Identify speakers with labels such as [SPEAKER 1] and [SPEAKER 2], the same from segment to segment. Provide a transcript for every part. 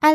[SPEAKER 1] 艾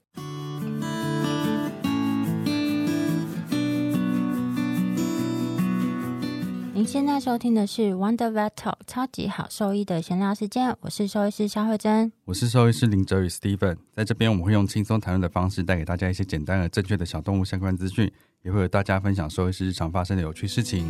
[SPEAKER 1] 您现在收听的是 Wonder Vet Talk 超级好兽医的闲聊时间，我是兽医师肖慧珍。
[SPEAKER 2] 我是兽医师林哲宇 Steven，在这边我们会用轻松谈论的方式，带给大家一些简单而正确的小动物相关资讯，也会和大家分享兽医师日常发生的有趣事情。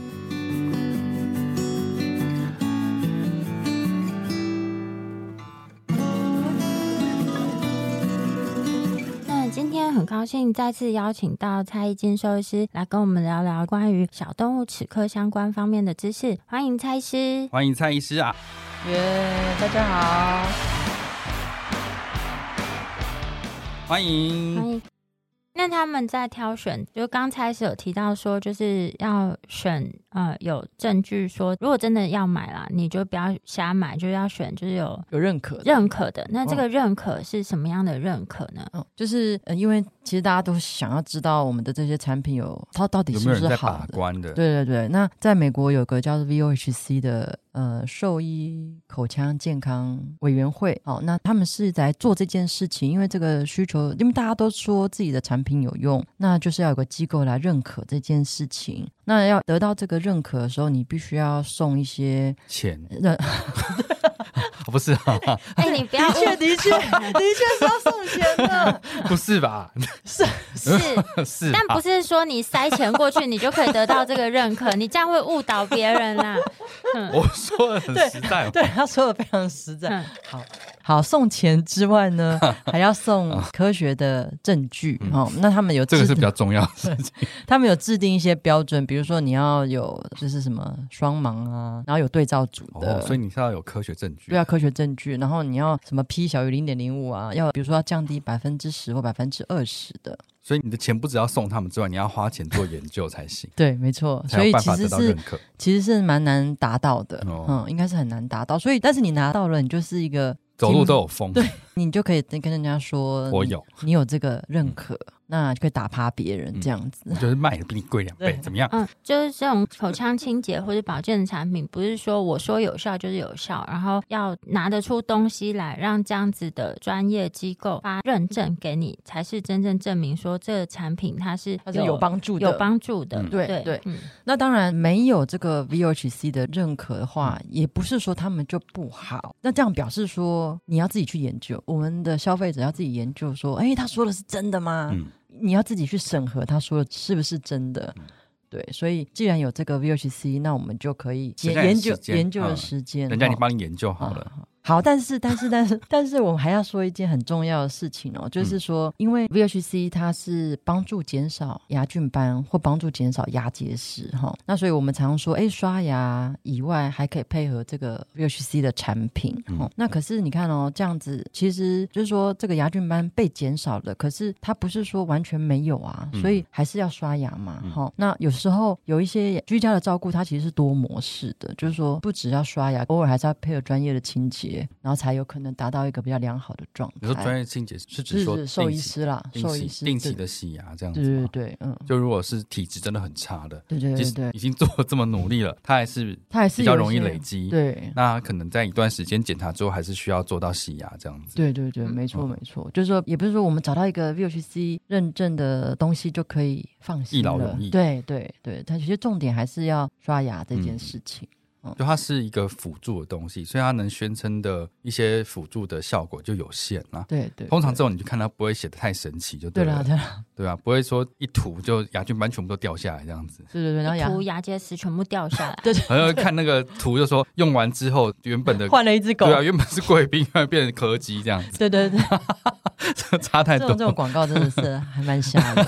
[SPEAKER 1] 那今天很高兴再次邀请到蔡一金兽医师来跟我们聊聊关于小动物齿科相关方面的知识，欢迎蔡医师。
[SPEAKER 2] 欢迎蔡医师啊！
[SPEAKER 3] 耶大家好。
[SPEAKER 2] 欢
[SPEAKER 3] 嗯
[SPEAKER 1] 欢
[SPEAKER 2] 迎。
[SPEAKER 1] 迎。那他们在挑选，就刚才是有提到说，就是要选呃有证据说，如果真的要买啦，你就不要瞎买，就是要选就是有
[SPEAKER 3] 有认可的，
[SPEAKER 1] 认可的。那
[SPEAKER 3] 哦
[SPEAKER 1] 这个认可是什么样的认可呢？
[SPEAKER 3] 嗯，就是呃，因为其实大家都想要知道我们的这些产品有它到底
[SPEAKER 2] 有
[SPEAKER 3] 是
[SPEAKER 2] 没
[SPEAKER 3] 不
[SPEAKER 2] 有人
[SPEAKER 3] 是
[SPEAKER 2] 在
[SPEAKER 3] 好
[SPEAKER 2] 把
[SPEAKER 3] 的。
[SPEAKER 2] 关的？
[SPEAKER 3] 对对对，那在美国有个叫做 VOHC 的呃兽医口腔健康委员会，哦，那他们是在做这件事情，因为这个需求，因为大家都说自己的产品有用，那就是要有个机构来认可这件事情。那要得到这个认可的时候，你必须要送一些
[SPEAKER 2] 钱
[SPEAKER 3] 认
[SPEAKER 2] 不是啊，
[SPEAKER 1] 哎、你不要误
[SPEAKER 3] 的 确，的确是要送钱 的。
[SPEAKER 2] 不是吧？
[SPEAKER 1] 是，
[SPEAKER 2] 是吧，啊
[SPEAKER 1] 但不是说你塞钱过去，你就可以得到这个认可，你这样会误导别人啦。
[SPEAKER 2] 我说的很实在。 哦
[SPEAKER 3] 对，他说的非常实在。
[SPEAKER 1] 嗯
[SPEAKER 3] 好好，送钱之外 呢，还要送科学的证据。哦，那他们有
[SPEAKER 2] 嗯这个
[SPEAKER 3] 制
[SPEAKER 2] 是比较重要的事情。
[SPEAKER 3] 他们有制定一些标准，比如说你要有就是什么双盲啊，然后有对照组的。
[SPEAKER 2] 哦，所以你是要有科学证据。
[SPEAKER 3] 对啊，科学证据，然后你要什么 p 小于零点零五啊，要比如说要降低百分之十或百分之二十的，，
[SPEAKER 2] 所以你的钱不只要送他们之外，你要花钱做研究才行
[SPEAKER 3] 对，没错， 所
[SPEAKER 2] 才有
[SPEAKER 3] 以
[SPEAKER 2] 办
[SPEAKER 3] 其
[SPEAKER 2] 法
[SPEAKER 3] 实
[SPEAKER 2] 得到
[SPEAKER 3] 是
[SPEAKER 2] 认可。
[SPEAKER 3] 其实是蛮难达到的，
[SPEAKER 2] 哦
[SPEAKER 3] 嗯，应该是很难达到。所以，但是你拿到了，你就是一个
[SPEAKER 2] 走路都有风，
[SPEAKER 3] 对你就可以跟人家说，
[SPEAKER 2] 我 有，
[SPEAKER 3] 你，你有这个认可，那就可以打趴别人
[SPEAKER 2] 嗯
[SPEAKER 3] 这样子。
[SPEAKER 2] 就是卖的比你贵两倍，
[SPEAKER 3] 对
[SPEAKER 2] 怎么样？
[SPEAKER 1] 嗯，就是这种口腔清洁或者保健的产品，不是说我说有效就是有效，然后要拿得出东西来，让这样子的专业机构发认证给你，才是真正证明说这个产品它是
[SPEAKER 3] 它是有帮助的，
[SPEAKER 1] 有帮助的
[SPEAKER 2] 嗯。
[SPEAKER 3] 对
[SPEAKER 1] 对
[SPEAKER 3] 对
[SPEAKER 1] 嗯
[SPEAKER 3] 那当然没有这个 VOHC 的认可的话，
[SPEAKER 2] 嗯
[SPEAKER 3] 也不是说他们就不好。那这样表示说，你要自己去研究，我们的消费者要自己研究说，哎，他说的是真的吗？
[SPEAKER 2] 嗯，
[SPEAKER 3] 你要自己去审核他说的是不是真的。对，所以既然有这个 VOHC，那我们就可以
[SPEAKER 2] 省下点
[SPEAKER 3] 研研
[SPEAKER 2] 时
[SPEAKER 3] 究
[SPEAKER 2] 间
[SPEAKER 3] 研究的
[SPEAKER 2] 嗯
[SPEAKER 3] 时间。
[SPEAKER 2] 人家已
[SPEAKER 3] 哦
[SPEAKER 2] 经帮你研究好了，
[SPEAKER 3] 啊。好，但是但是但是但是，我们还要说一件很重要的事情哦，就是说，因为 VHC 它是帮助减少牙菌斑或帮助减少牙结石哈、那所以我们常说，哎，刷牙以外还可以配合这个 VHC 的产品哦、那可是你看哦，这样子其实就是说这个牙菌斑被减少了，可是它不是说完全没有啊，所以还是要刷牙嘛
[SPEAKER 2] 嗯
[SPEAKER 3] 哈、那有时候有一些居家的照顾，它其实是多模式的，就是说不只要刷牙，偶尔还是要配合专业的清洁，然后才有可能达到一个比较良好的状态。
[SPEAKER 2] 你说专业清洁是指
[SPEAKER 3] 是
[SPEAKER 2] 说
[SPEAKER 3] 是兽
[SPEAKER 2] 定
[SPEAKER 3] 医
[SPEAKER 2] 期、
[SPEAKER 3] 师啦，
[SPEAKER 2] 定
[SPEAKER 3] 兽医
[SPEAKER 2] 期、
[SPEAKER 3] 师
[SPEAKER 2] 定期的洗牙这样
[SPEAKER 3] 对，
[SPEAKER 2] 子
[SPEAKER 3] 对对
[SPEAKER 2] 吗？
[SPEAKER 3] 对，嗯，
[SPEAKER 2] 就如果是体质真的很差的，
[SPEAKER 3] 对对
[SPEAKER 2] 其
[SPEAKER 3] 对
[SPEAKER 2] 实
[SPEAKER 3] 对嗯
[SPEAKER 2] 已，经做了这么努力了，它还是
[SPEAKER 3] 它还是
[SPEAKER 2] 比较
[SPEAKER 3] 有
[SPEAKER 2] 容易
[SPEAKER 3] 些
[SPEAKER 2] 累积。，
[SPEAKER 3] 对。
[SPEAKER 2] 那可能在一段时间检查之后，还是需要做到洗牙这样子。
[SPEAKER 3] 对对对，
[SPEAKER 1] 嗯
[SPEAKER 3] 没错
[SPEAKER 2] 嗯
[SPEAKER 3] 没错，就是说，也不是说我们找到一个 VHC 认证的东西就可以放心
[SPEAKER 2] 一劳
[SPEAKER 3] 了
[SPEAKER 2] 永逸
[SPEAKER 3] 对对对，它其实重点还是要刷牙这件
[SPEAKER 2] 嗯
[SPEAKER 3] 事情。嗯
[SPEAKER 2] 就它是一个辅助的东西，所以它能宣称的一些辅助的效果就有限啦。
[SPEAKER 3] 对对，
[SPEAKER 2] 通常这
[SPEAKER 3] 种
[SPEAKER 2] 种你就看它不会写的太神奇，就
[SPEAKER 3] 对
[SPEAKER 2] 了
[SPEAKER 3] 啦，，对啦，，
[SPEAKER 2] 对吧？不会说一涂就牙菌斑全部都掉下来这样子
[SPEAKER 3] 对对对，然后
[SPEAKER 1] 一
[SPEAKER 3] 牙，
[SPEAKER 1] 涂牙结石全部掉下来
[SPEAKER 3] 对
[SPEAKER 2] 然后看那个图就说用完之后原 本的
[SPEAKER 3] 换了一只狗
[SPEAKER 2] 对，啊，原本是贵宾， 后来变成柯基这样 子，
[SPEAKER 3] 对对对，
[SPEAKER 2] 差太
[SPEAKER 3] 这
[SPEAKER 2] 多
[SPEAKER 3] 种这种
[SPEAKER 2] 了。
[SPEAKER 3] 广告真的是还蛮瞎 的，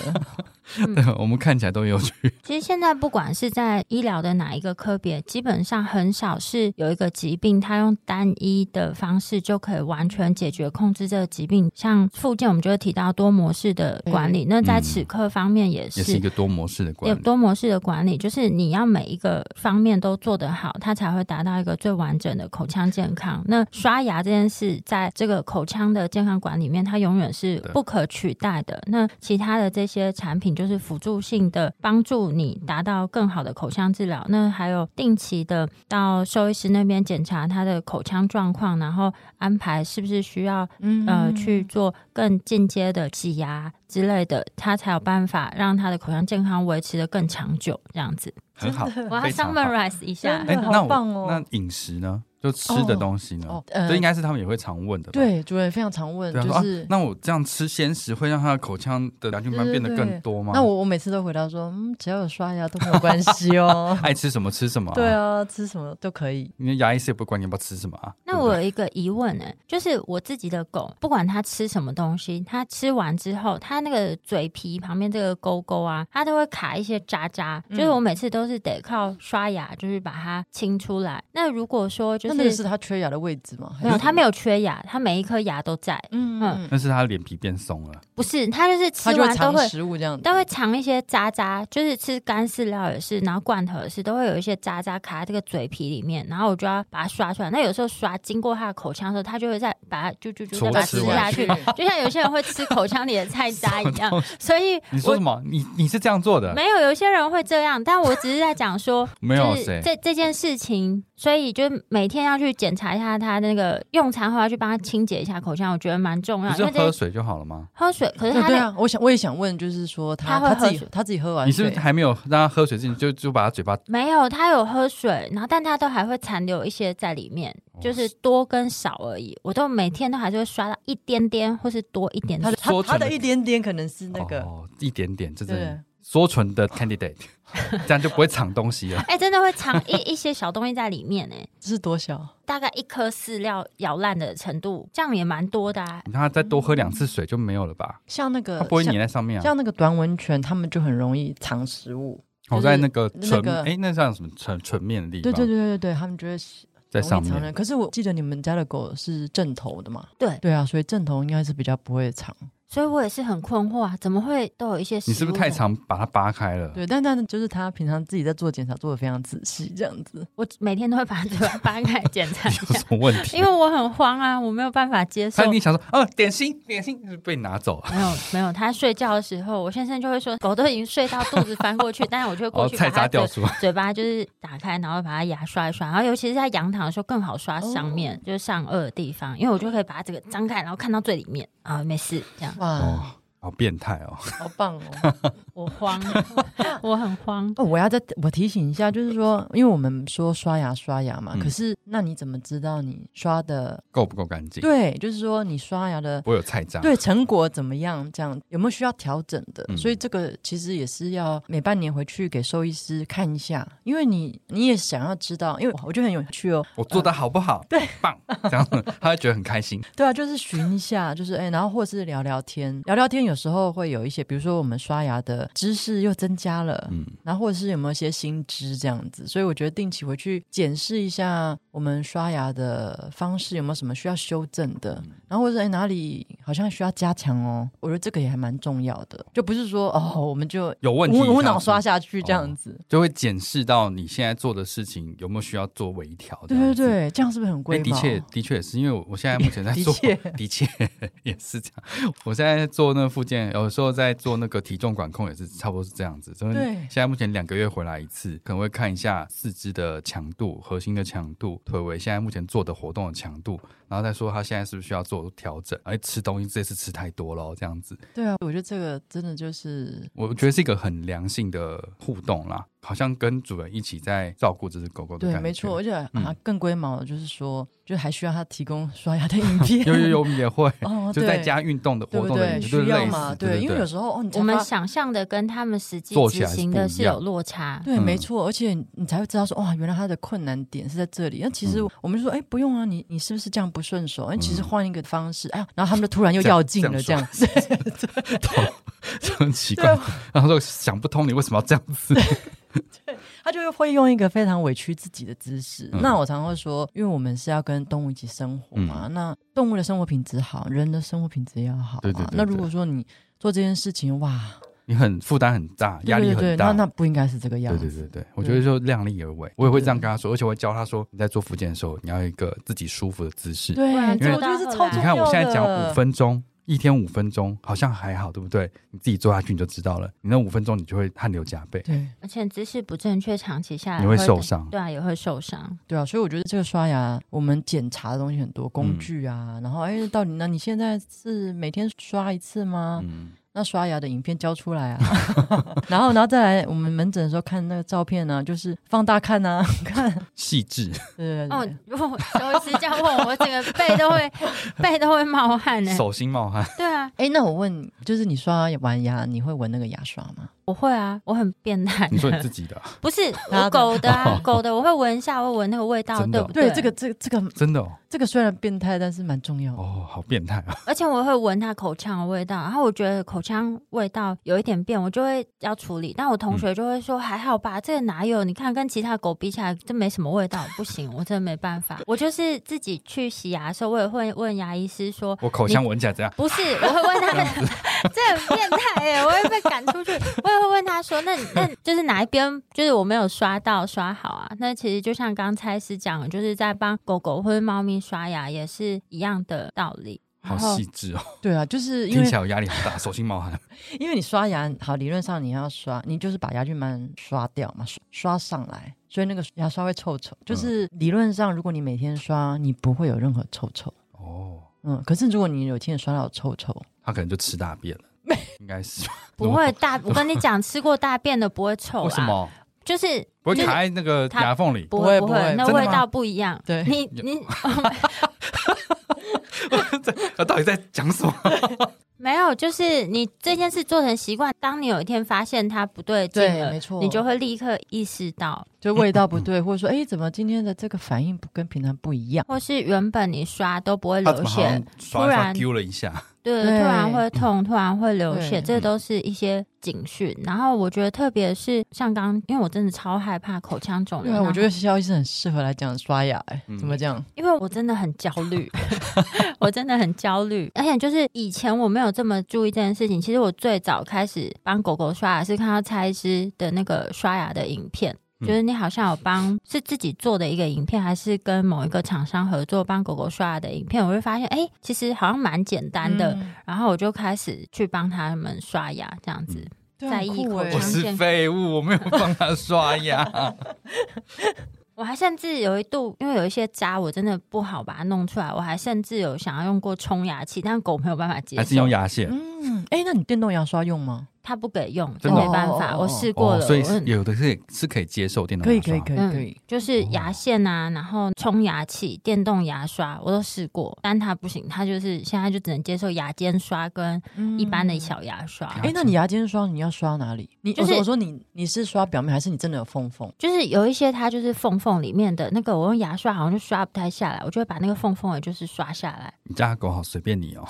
[SPEAKER 2] 对， 我们看起来都有趣。
[SPEAKER 1] 其实现在不管是在医疗的哪一个科别，基本上很少是有一个疾病，它用单一的方式就可以完全解决控制这个疾病。像附件我们就会提到多模式的管理，那在齿科方面也
[SPEAKER 2] 也是
[SPEAKER 1] 是
[SPEAKER 2] 一。个多模式的
[SPEAKER 1] 有
[SPEAKER 2] 管理。
[SPEAKER 1] 多模式的管理，就是你要每一个方面都做得好，它才会达到一个最完整的口腔健康。那刷牙这件事，在这个口腔的健康管理里面，它永远是不可取代的。那其他的这些产品就是辅助性的，帮助你达到更好的口腔治疗。那还有定期的到兽医师那边检查他的口腔状况，然后安排是不是需要
[SPEAKER 3] 嗯
[SPEAKER 1] 呃去做更进阶的挤牙之类的，他才有办法让他的口腔健康维持的更长久。这样子，
[SPEAKER 2] 很好，
[SPEAKER 1] 我要
[SPEAKER 2] 非常好
[SPEAKER 1] summarize 一下
[SPEAKER 3] 真的
[SPEAKER 2] 哎，那
[SPEAKER 3] 好棒哦
[SPEAKER 2] 我那饮食呢？就吃的东西呢
[SPEAKER 3] 哦？呃
[SPEAKER 2] 这应该是他们也会常问的。，
[SPEAKER 3] 对主人非常常问，
[SPEAKER 2] 对啊，
[SPEAKER 3] 就
[SPEAKER 2] 说啊
[SPEAKER 3] 是。
[SPEAKER 2] 那我这样吃鲜食会让他的口腔的牙菌斑
[SPEAKER 3] 对对
[SPEAKER 2] 变得更多吗？。
[SPEAKER 3] 那我我每次都回答说，嗯，只要有刷牙都没有关系哦
[SPEAKER 2] 爱吃什么吃什么。
[SPEAKER 3] 对，啊，吃什么都可以。
[SPEAKER 2] 因为牙医师也不管你要不要吃什么啊。
[SPEAKER 1] 那
[SPEAKER 2] 对不
[SPEAKER 1] 我
[SPEAKER 2] 对
[SPEAKER 1] 有一个疑问呢、就是我自己的狗，不管它吃什么东西，它吃完之后，它那个嘴皮旁边这个沟沟啊，它都会卡一些渣渣，
[SPEAKER 3] 嗯
[SPEAKER 1] 就是我每次都是得靠刷牙，就是把它清出来。那如果说就
[SPEAKER 3] 那那个是他缺牙的位置吗？
[SPEAKER 1] 没有，它没有缺牙，它每一颗牙都在。
[SPEAKER 3] 嗯
[SPEAKER 1] 嗯
[SPEAKER 3] 嗯，
[SPEAKER 2] 那是他脸皮变松了，
[SPEAKER 1] 不是，它就是吃
[SPEAKER 3] 他就
[SPEAKER 1] 完
[SPEAKER 3] 会
[SPEAKER 1] 都
[SPEAKER 3] 藏
[SPEAKER 1] 会
[SPEAKER 3] 食物这样子。
[SPEAKER 1] 都会藏一些渣渣，就是吃干饲料也是，然后罐头也是，都会有一些渣渣卡在这个嘴皮里面，然后我就要把它刷出来。那有时候刷经过它的口腔的时候，它就会再把它就就就
[SPEAKER 2] 戳
[SPEAKER 1] 再把它
[SPEAKER 2] 吃
[SPEAKER 1] 吃
[SPEAKER 2] 完
[SPEAKER 1] 下去，就像有些人会吃口腔里的菜渣一 样。所以
[SPEAKER 2] 你说
[SPEAKER 1] 我
[SPEAKER 2] 什么？你你是这样做的？
[SPEAKER 1] 没有，有一些人会这样，但我只是在讲说，
[SPEAKER 2] 没有
[SPEAKER 1] 就是
[SPEAKER 2] 谁
[SPEAKER 3] 啊
[SPEAKER 1] 这这件事情，所以就每天要去检查一下它那个用餐后要去帮它清洁一下口腔，我觉得蛮重
[SPEAKER 2] 不
[SPEAKER 1] 要，
[SPEAKER 2] 是
[SPEAKER 1] 因
[SPEAKER 2] 就
[SPEAKER 1] 为
[SPEAKER 2] 喝
[SPEAKER 1] 这
[SPEAKER 2] 水就好了吗？
[SPEAKER 1] 喝水，可是
[SPEAKER 3] 对
[SPEAKER 1] 它
[SPEAKER 3] 对
[SPEAKER 1] 的
[SPEAKER 3] 啊，我想我也想问，就是说
[SPEAKER 1] 他
[SPEAKER 3] 他
[SPEAKER 1] 会
[SPEAKER 3] 他自
[SPEAKER 1] 喝
[SPEAKER 3] 己他自己喝完
[SPEAKER 2] 你是不
[SPEAKER 3] 水
[SPEAKER 2] 是，还没有让他喝水之前就就把他嘴巴
[SPEAKER 1] 没有，他有喝水，然后但他都还会残留一些在里面，
[SPEAKER 2] 哦
[SPEAKER 1] 就是多跟少而已。我都每天都还是会刷到一点点，或是多一点
[SPEAKER 3] 他
[SPEAKER 1] 点
[SPEAKER 3] 的。他
[SPEAKER 2] 缩
[SPEAKER 3] 他
[SPEAKER 2] 成
[SPEAKER 3] 的
[SPEAKER 2] 了
[SPEAKER 3] 一点点可能是那个
[SPEAKER 2] 哦一点点，这真
[SPEAKER 3] 对
[SPEAKER 2] 的缩唇的 candidate，这 样就不会藏东西了。
[SPEAKER 1] 哎、真的会藏一一些小东西在里面呢、哎
[SPEAKER 3] 是多小？
[SPEAKER 1] 大概一颗饲料咬烂的程度，这样也蛮多的、啊。
[SPEAKER 2] 你看他再多喝两次水就没有了吧？
[SPEAKER 3] 像那个
[SPEAKER 2] 它不会粘
[SPEAKER 3] 像
[SPEAKER 2] 在上面啊。
[SPEAKER 3] 呃像那个短吻犬，他们就很容易藏食物。
[SPEAKER 2] 我哦在那个
[SPEAKER 3] 就是
[SPEAKER 2] 唇
[SPEAKER 3] 那，个
[SPEAKER 2] 哎，那像什么唇唇面的地
[SPEAKER 3] 对
[SPEAKER 2] 方，
[SPEAKER 3] 对对对对，他们觉得
[SPEAKER 2] 在上
[SPEAKER 3] 容易藏
[SPEAKER 2] 面
[SPEAKER 3] 人。可是我记得你们家的狗是正头的嘛？
[SPEAKER 1] 对
[SPEAKER 3] 对啊，所以正头应该是比较不会藏。
[SPEAKER 1] 所以我也是很困惑啊，怎么会都有一些？
[SPEAKER 2] 你是不是太？常把它扒开了？
[SPEAKER 3] 对，但但就是他平常自己在做检查，做的非常仔细，这样子。
[SPEAKER 1] 我每天都会把嘴巴扒开来检 查一
[SPEAKER 2] 有
[SPEAKER 1] 下
[SPEAKER 2] 什，么问题？
[SPEAKER 1] 因为我很慌啊，我没有办法接受
[SPEAKER 2] 他。你想说，哦，点心点心是被拿走了，啊
[SPEAKER 1] 没有没有，他睡觉的时候，我先生就会说，狗都已经睡到肚子翻过 去，但是我就会过
[SPEAKER 2] 哦，
[SPEAKER 1] 去
[SPEAKER 2] 菜
[SPEAKER 1] 把
[SPEAKER 2] 渣
[SPEAKER 1] 它
[SPEAKER 2] 掉
[SPEAKER 1] 嘴
[SPEAKER 2] 出来，
[SPEAKER 1] 嘴巴就是打开，然后把它牙刷一刷，然后尤其是在仰躺的时候更好刷上
[SPEAKER 2] 哦
[SPEAKER 1] 面，就是上颚的地方，因为我就可以把它这个张开，然后看到最里面啊，没事，这样
[SPEAKER 3] 哇，
[SPEAKER 2] 哦好变态哦！
[SPEAKER 3] 好棒哦！
[SPEAKER 1] 我 慌，我很慌。
[SPEAKER 3] 哦，我要再我提醒一下，就是说，因为我们说刷牙刷牙嘛，
[SPEAKER 2] 嗯
[SPEAKER 3] 可是那你怎么知道你刷的？
[SPEAKER 2] 够不够干净？
[SPEAKER 3] 对，就是说你刷牙的。
[SPEAKER 2] 我有菜渣，
[SPEAKER 3] 对成果怎么样？这样有没有需要调整的？
[SPEAKER 2] 嗯
[SPEAKER 3] 所以这个其实也是要每半年回去给兽医师看一下，因为你你也想要知道，因为我觉得很有趣哦。
[SPEAKER 2] 我做的好不好？对，棒，这样子他会觉得很开心。
[SPEAKER 3] 对啊，就是寻一下，就是哎、然后或是聊聊天，聊聊天有时候会有一些，比如说我们刷牙的知识又增加了，
[SPEAKER 2] 嗯，
[SPEAKER 3] 然后或者是有没有一些新知这样子，所以我觉得定期回去检视一下我们刷牙的方式有没有什么需要修正的，
[SPEAKER 2] 嗯
[SPEAKER 3] 然后或者是哎哪里好像需要加强哦，我觉得这个也还蛮重要的，就不是说哦我们就
[SPEAKER 2] 有问题
[SPEAKER 3] 无无
[SPEAKER 2] 这样
[SPEAKER 3] 脑
[SPEAKER 2] 子
[SPEAKER 3] 刷下去这样子，
[SPEAKER 2] 就会检视到你现在做的事情有没有需要做微调。
[SPEAKER 3] 对对对，这样是不是很
[SPEAKER 2] 哎
[SPEAKER 3] 贵
[SPEAKER 2] 的
[SPEAKER 3] 吗？
[SPEAKER 2] 确，的确也是，因为我我现在目前在
[SPEAKER 3] 的
[SPEAKER 2] 做，
[SPEAKER 3] 确
[SPEAKER 2] 的确也是这样。我现在做那附件，有时候在做那个体重管控，也是差不多是这样子。所以
[SPEAKER 3] 对
[SPEAKER 2] 现在目前两个月回来一次，可能会看一下四肢的强度、核心的强度、腿围现在目前做的活动的强度，然后再说他现在是不是需要做调整。哎，吃东西这次吃太多了，哦这样子，
[SPEAKER 3] 对啊，我觉得这个真的就是
[SPEAKER 2] 我觉得是一个很良性的互动啦。好像跟主人一起在照顾这只狗狗的感
[SPEAKER 3] 对，
[SPEAKER 2] 觉。
[SPEAKER 3] 没错，而且啊
[SPEAKER 2] 嗯，
[SPEAKER 3] 更龟毛的就是说，就还需要他提供刷牙的影片。
[SPEAKER 2] 有有有，我们也会
[SPEAKER 3] 哦，
[SPEAKER 2] 就
[SPEAKER 3] 对
[SPEAKER 2] 在家运动的
[SPEAKER 3] 对
[SPEAKER 2] 活
[SPEAKER 3] 不
[SPEAKER 2] 动的
[SPEAKER 3] 对？
[SPEAKER 2] 影片，就是
[SPEAKER 3] 需
[SPEAKER 2] 类
[SPEAKER 3] 要
[SPEAKER 2] 似
[SPEAKER 3] 嘛？
[SPEAKER 2] 对，
[SPEAKER 3] 因为有时候哦，你才
[SPEAKER 1] 我们
[SPEAKER 3] 发
[SPEAKER 1] 想象的跟他们实际
[SPEAKER 2] 做起
[SPEAKER 1] 执
[SPEAKER 2] 来是
[SPEAKER 1] 行
[SPEAKER 2] 不
[SPEAKER 1] 的
[SPEAKER 2] 一
[SPEAKER 1] 是有
[SPEAKER 2] 样
[SPEAKER 1] 落差。
[SPEAKER 3] 对，没
[SPEAKER 2] 嗯
[SPEAKER 3] 错，而且你才会知道说，哇，原来他的困难点是在这里。那其实
[SPEAKER 2] 嗯
[SPEAKER 3] 我们就说，哎，不用啊，你你是不是这样不顺手？哎，其实
[SPEAKER 2] 嗯
[SPEAKER 3] 换一个方式，哎呀，然后他们就突然又
[SPEAKER 2] 这样
[SPEAKER 3] 要劲了，这
[SPEAKER 2] 这
[SPEAKER 3] 样
[SPEAKER 2] 样，
[SPEAKER 3] 对
[SPEAKER 2] 就很奇怪
[SPEAKER 3] 对。，啊
[SPEAKER 2] 然后说想不通你为什么要这样 子，
[SPEAKER 3] 他就会用一个非常委屈自己的姿势。
[SPEAKER 2] 嗯
[SPEAKER 3] 那我常常会说，因为我们是要跟动物一起生活嘛，那动物的生活品质好，人的生活品质也要好、啊。
[SPEAKER 2] 嗯对对对
[SPEAKER 3] 那
[SPEAKER 2] 对
[SPEAKER 3] 如果说你做这件事情，哇，
[SPEAKER 2] 你很负担很大，压力
[SPEAKER 3] 对对对
[SPEAKER 2] 很大。
[SPEAKER 3] 那那不应该是这个样
[SPEAKER 2] 对
[SPEAKER 3] 子。
[SPEAKER 2] 对对对，我觉得就量力而为，我也会这样跟他说，而且我会教他说，你在做复健的时候，你要有一个自己舒服的姿势。
[SPEAKER 3] 对
[SPEAKER 1] 不然
[SPEAKER 3] 这
[SPEAKER 2] 做
[SPEAKER 3] 我觉得是
[SPEAKER 1] 到后
[SPEAKER 3] 超
[SPEAKER 1] 来
[SPEAKER 3] 重
[SPEAKER 2] 你
[SPEAKER 3] 要
[SPEAKER 2] 看
[SPEAKER 3] 的。
[SPEAKER 2] 我现在讲五，分钟，一天五分钟，好像还好，对不对？你自己做下去你就知道了，你那五分钟你就会汗流浃背，
[SPEAKER 3] 对
[SPEAKER 1] 而且姿势不正确，长期下来
[SPEAKER 2] 你会受伤
[SPEAKER 1] 对啊，也会受伤。
[SPEAKER 3] 对啊，所以我觉得这个刷牙，我们检查的东西很多，工
[SPEAKER 2] 嗯
[SPEAKER 3] 具啊，然后哎，到底那你现在是每天刷一次吗？
[SPEAKER 2] 嗯，
[SPEAKER 3] 那刷牙的影片交出来啊， 然后然后再来我们门诊的时候看那个照片呢、啊，就是放大看啊， 看，
[SPEAKER 2] 细致。
[SPEAKER 3] 对对
[SPEAKER 1] 哦
[SPEAKER 3] 对，，
[SPEAKER 1] 如果周医师这样问我，整个背都会 背都会冒 汗呢、欸
[SPEAKER 2] 手心冒汗，
[SPEAKER 1] 对啊，
[SPEAKER 3] 哎、那我问你，就是你刷完牙，你会闻那个牙刷吗？
[SPEAKER 1] 我会啊，我很变态
[SPEAKER 2] 你。说你自己的啊，
[SPEAKER 1] 不是
[SPEAKER 3] 他的
[SPEAKER 1] 我狗的啊
[SPEAKER 2] 哦，
[SPEAKER 1] 狗的我会闻一下，我会闻那个味道，
[SPEAKER 2] 真的
[SPEAKER 1] 对
[SPEAKER 2] 哦
[SPEAKER 1] 不对？
[SPEAKER 3] 这个，这个这个
[SPEAKER 2] 真的哦，
[SPEAKER 3] 这个虽然变态，但是蛮重要的。
[SPEAKER 2] 哦，好变态啊！
[SPEAKER 1] 而且我会闻它口腔的味道，然后我觉得口腔味道有一点变，我就会要处理。但我同学就会说、还好吧，这个哪有？你看跟其他狗比起来，这没什么味道，不行，我真的没办法。我就是自己去洗牙的时候，我也会问牙医师说，
[SPEAKER 2] 我口腔闻起来这样，
[SPEAKER 1] 不是，我会问他们， 这很变态耶！我会被赶出去。我也会问他说：“那那就是哪一边，就是我没有刷到刷好啊？”那其实就像刚才是讲的，就是在帮狗狗或者猫咪刷牙也是一样的道理。
[SPEAKER 2] 好
[SPEAKER 1] 然后
[SPEAKER 2] 细 致哦，
[SPEAKER 3] 对啊，就是因
[SPEAKER 2] 听
[SPEAKER 3] 为
[SPEAKER 2] 起来我压力很大，手心冒汗。
[SPEAKER 3] 因为你刷牙，好理论上你要刷，你就是把牙菌斑刷掉嘛，刷刷上来，所以那个牙刷会臭臭。就是理论上，如果你每天刷，你不会有任何臭臭。
[SPEAKER 2] 哦，
[SPEAKER 3] 嗯，可是如果你有天刷到臭臭，
[SPEAKER 2] 他可能就吃大便了，应该是
[SPEAKER 1] 不会大，我跟你讲，吃过大便的不会臭啊。
[SPEAKER 2] 为什？么
[SPEAKER 1] 就是
[SPEAKER 2] 不会
[SPEAKER 1] 就是
[SPEAKER 2] 卡在那个
[SPEAKER 1] 它
[SPEAKER 2] 牙缝里？
[SPEAKER 1] 不
[SPEAKER 3] 不会
[SPEAKER 1] 不
[SPEAKER 3] 不会
[SPEAKER 1] 那
[SPEAKER 2] 真的
[SPEAKER 1] 味
[SPEAKER 2] 吗
[SPEAKER 1] 道不一样。
[SPEAKER 3] 对
[SPEAKER 1] 你你
[SPEAKER 2] 他到底在讲什么？
[SPEAKER 1] 没有，就是你这件事做成习惯，当你有一天发现它不对劲
[SPEAKER 3] 对
[SPEAKER 1] 了，
[SPEAKER 3] 没错
[SPEAKER 1] 你就会立刻意识到。
[SPEAKER 3] 就味道不对，或者说，哎，怎么今天的这个反应不跟平常不一样？
[SPEAKER 1] 或是原本你刷都不会
[SPEAKER 2] 他
[SPEAKER 1] 流
[SPEAKER 2] 怎么好
[SPEAKER 1] 血
[SPEAKER 2] 像，刷
[SPEAKER 1] 突
[SPEAKER 2] 一
[SPEAKER 1] 然
[SPEAKER 2] 刷丢了一下？
[SPEAKER 1] 对，
[SPEAKER 3] 对嗯
[SPEAKER 1] 突然会痛，突然会流
[SPEAKER 3] 对
[SPEAKER 1] 血，这都是一些警讯。然后我觉得，特别是像刚，因为我真的超害怕口腔肿
[SPEAKER 3] 对
[SPEAKER 1] 瘤，
[SPEAKER 3] 啊，
[SPEAKER 1] 然后
[SPEAKER 3] 我觉得肖医生很适合来讲刷牙、哎、
[SPEAKER 2] 嗯
[SPEAKER 3] 怎么讲？
[SPEAKER 1] 因为我真的很焦虑，我真的很焦虑，而且就是以前我没有这么注意这件事情。其实我最早开始帮狗狗刷牙是看到蔡医师的那个刷牙的影片。
[SPEAKER 2] 嗯
[SPEAKER 1] 就是你好像有帮是自己做的一个影片，还是跟某一个厂商合作帮狗狗刷牙的影片，我就发现哎、诶其实好像蛮简单的。
[SPEAKER 3] 嗯
[SPEAKER 1] 然后我就开始去帮他们刷牙，这样子。
[SPEAKER 3] 对
[SPEAKER 1] 在
[SPEAKER 3] 很
[SPEAKER 1] 意
[SPEAKER 3] 酷
[SPEAKER 1] 口
[SPEAKER 3] 哎
[SPEAKER 1] 腔
[SPEAKER 2] 我是废物，我没有帮他 刷牙。
[SPEAKER 1] 我还甚至有一度，因为有一些渣，我真的不好把它弄出来。我还甚至有想要用过冲牙器，但狗没有办法接
[SPEAKER 2] 还是
[SPEAKER 1] 受
[SPEAKER 2] 用，牙线？
[SPEAKER 3] 嗯，哎，那你电动牙刷用吗？
[SPEAKER 1] 它不给用，
[SPEAKER 2] 真
[SPEAKER 1] 真
[SPEAKER 2] 的
[SPEAKER 1] 没办
[SPEAKER 3] 哦
[SPEAKER 1] 法。
[SPEAKER 3] 哦哦
[SPEAKER 1] 我试过
[SPEAKER 2] 哦，
[SPEAKER 1] 了，
[SPEAKER 2] 所以
[SPEAKER 1] 我
[SPEAKER 2] 是有的是是可以接受电动
[SPEAKER 3] 可以，
[SPEAKER 2] 牙
[SPEAKER 3] 可
[SPEAKER 2] 刷
[SPEAKER 3] 以，。可以，
[SPEAKER 1] 嗯
[SPEAKER 3] 可以。
[SPEAKER 2] 哦
[SPEAKER 1] 就是牙线啊，然后冲牙器、电动牙刷我都试过，但它不行，它就是现在就只能接受牙尖刷跟
[SPEAKER 3] 嗯
[SPEAKER 1] 一般的小牙刷。
[SPEAKER 3] 哎、那你牙尖刷你要刷哪里？你
[SPEAKER 1] 就是
[SPEAKER 3] 我说我说你你是刷表面还是你真的有缝缝？
[SPEAKER 1] 就是有一些它就是缝缝里面的那个，我用牙刷好像就刷不太下来，我就会把那个缝缝也就是刷下来。
[SPEAKER 2] 你家的狗好随便你哦，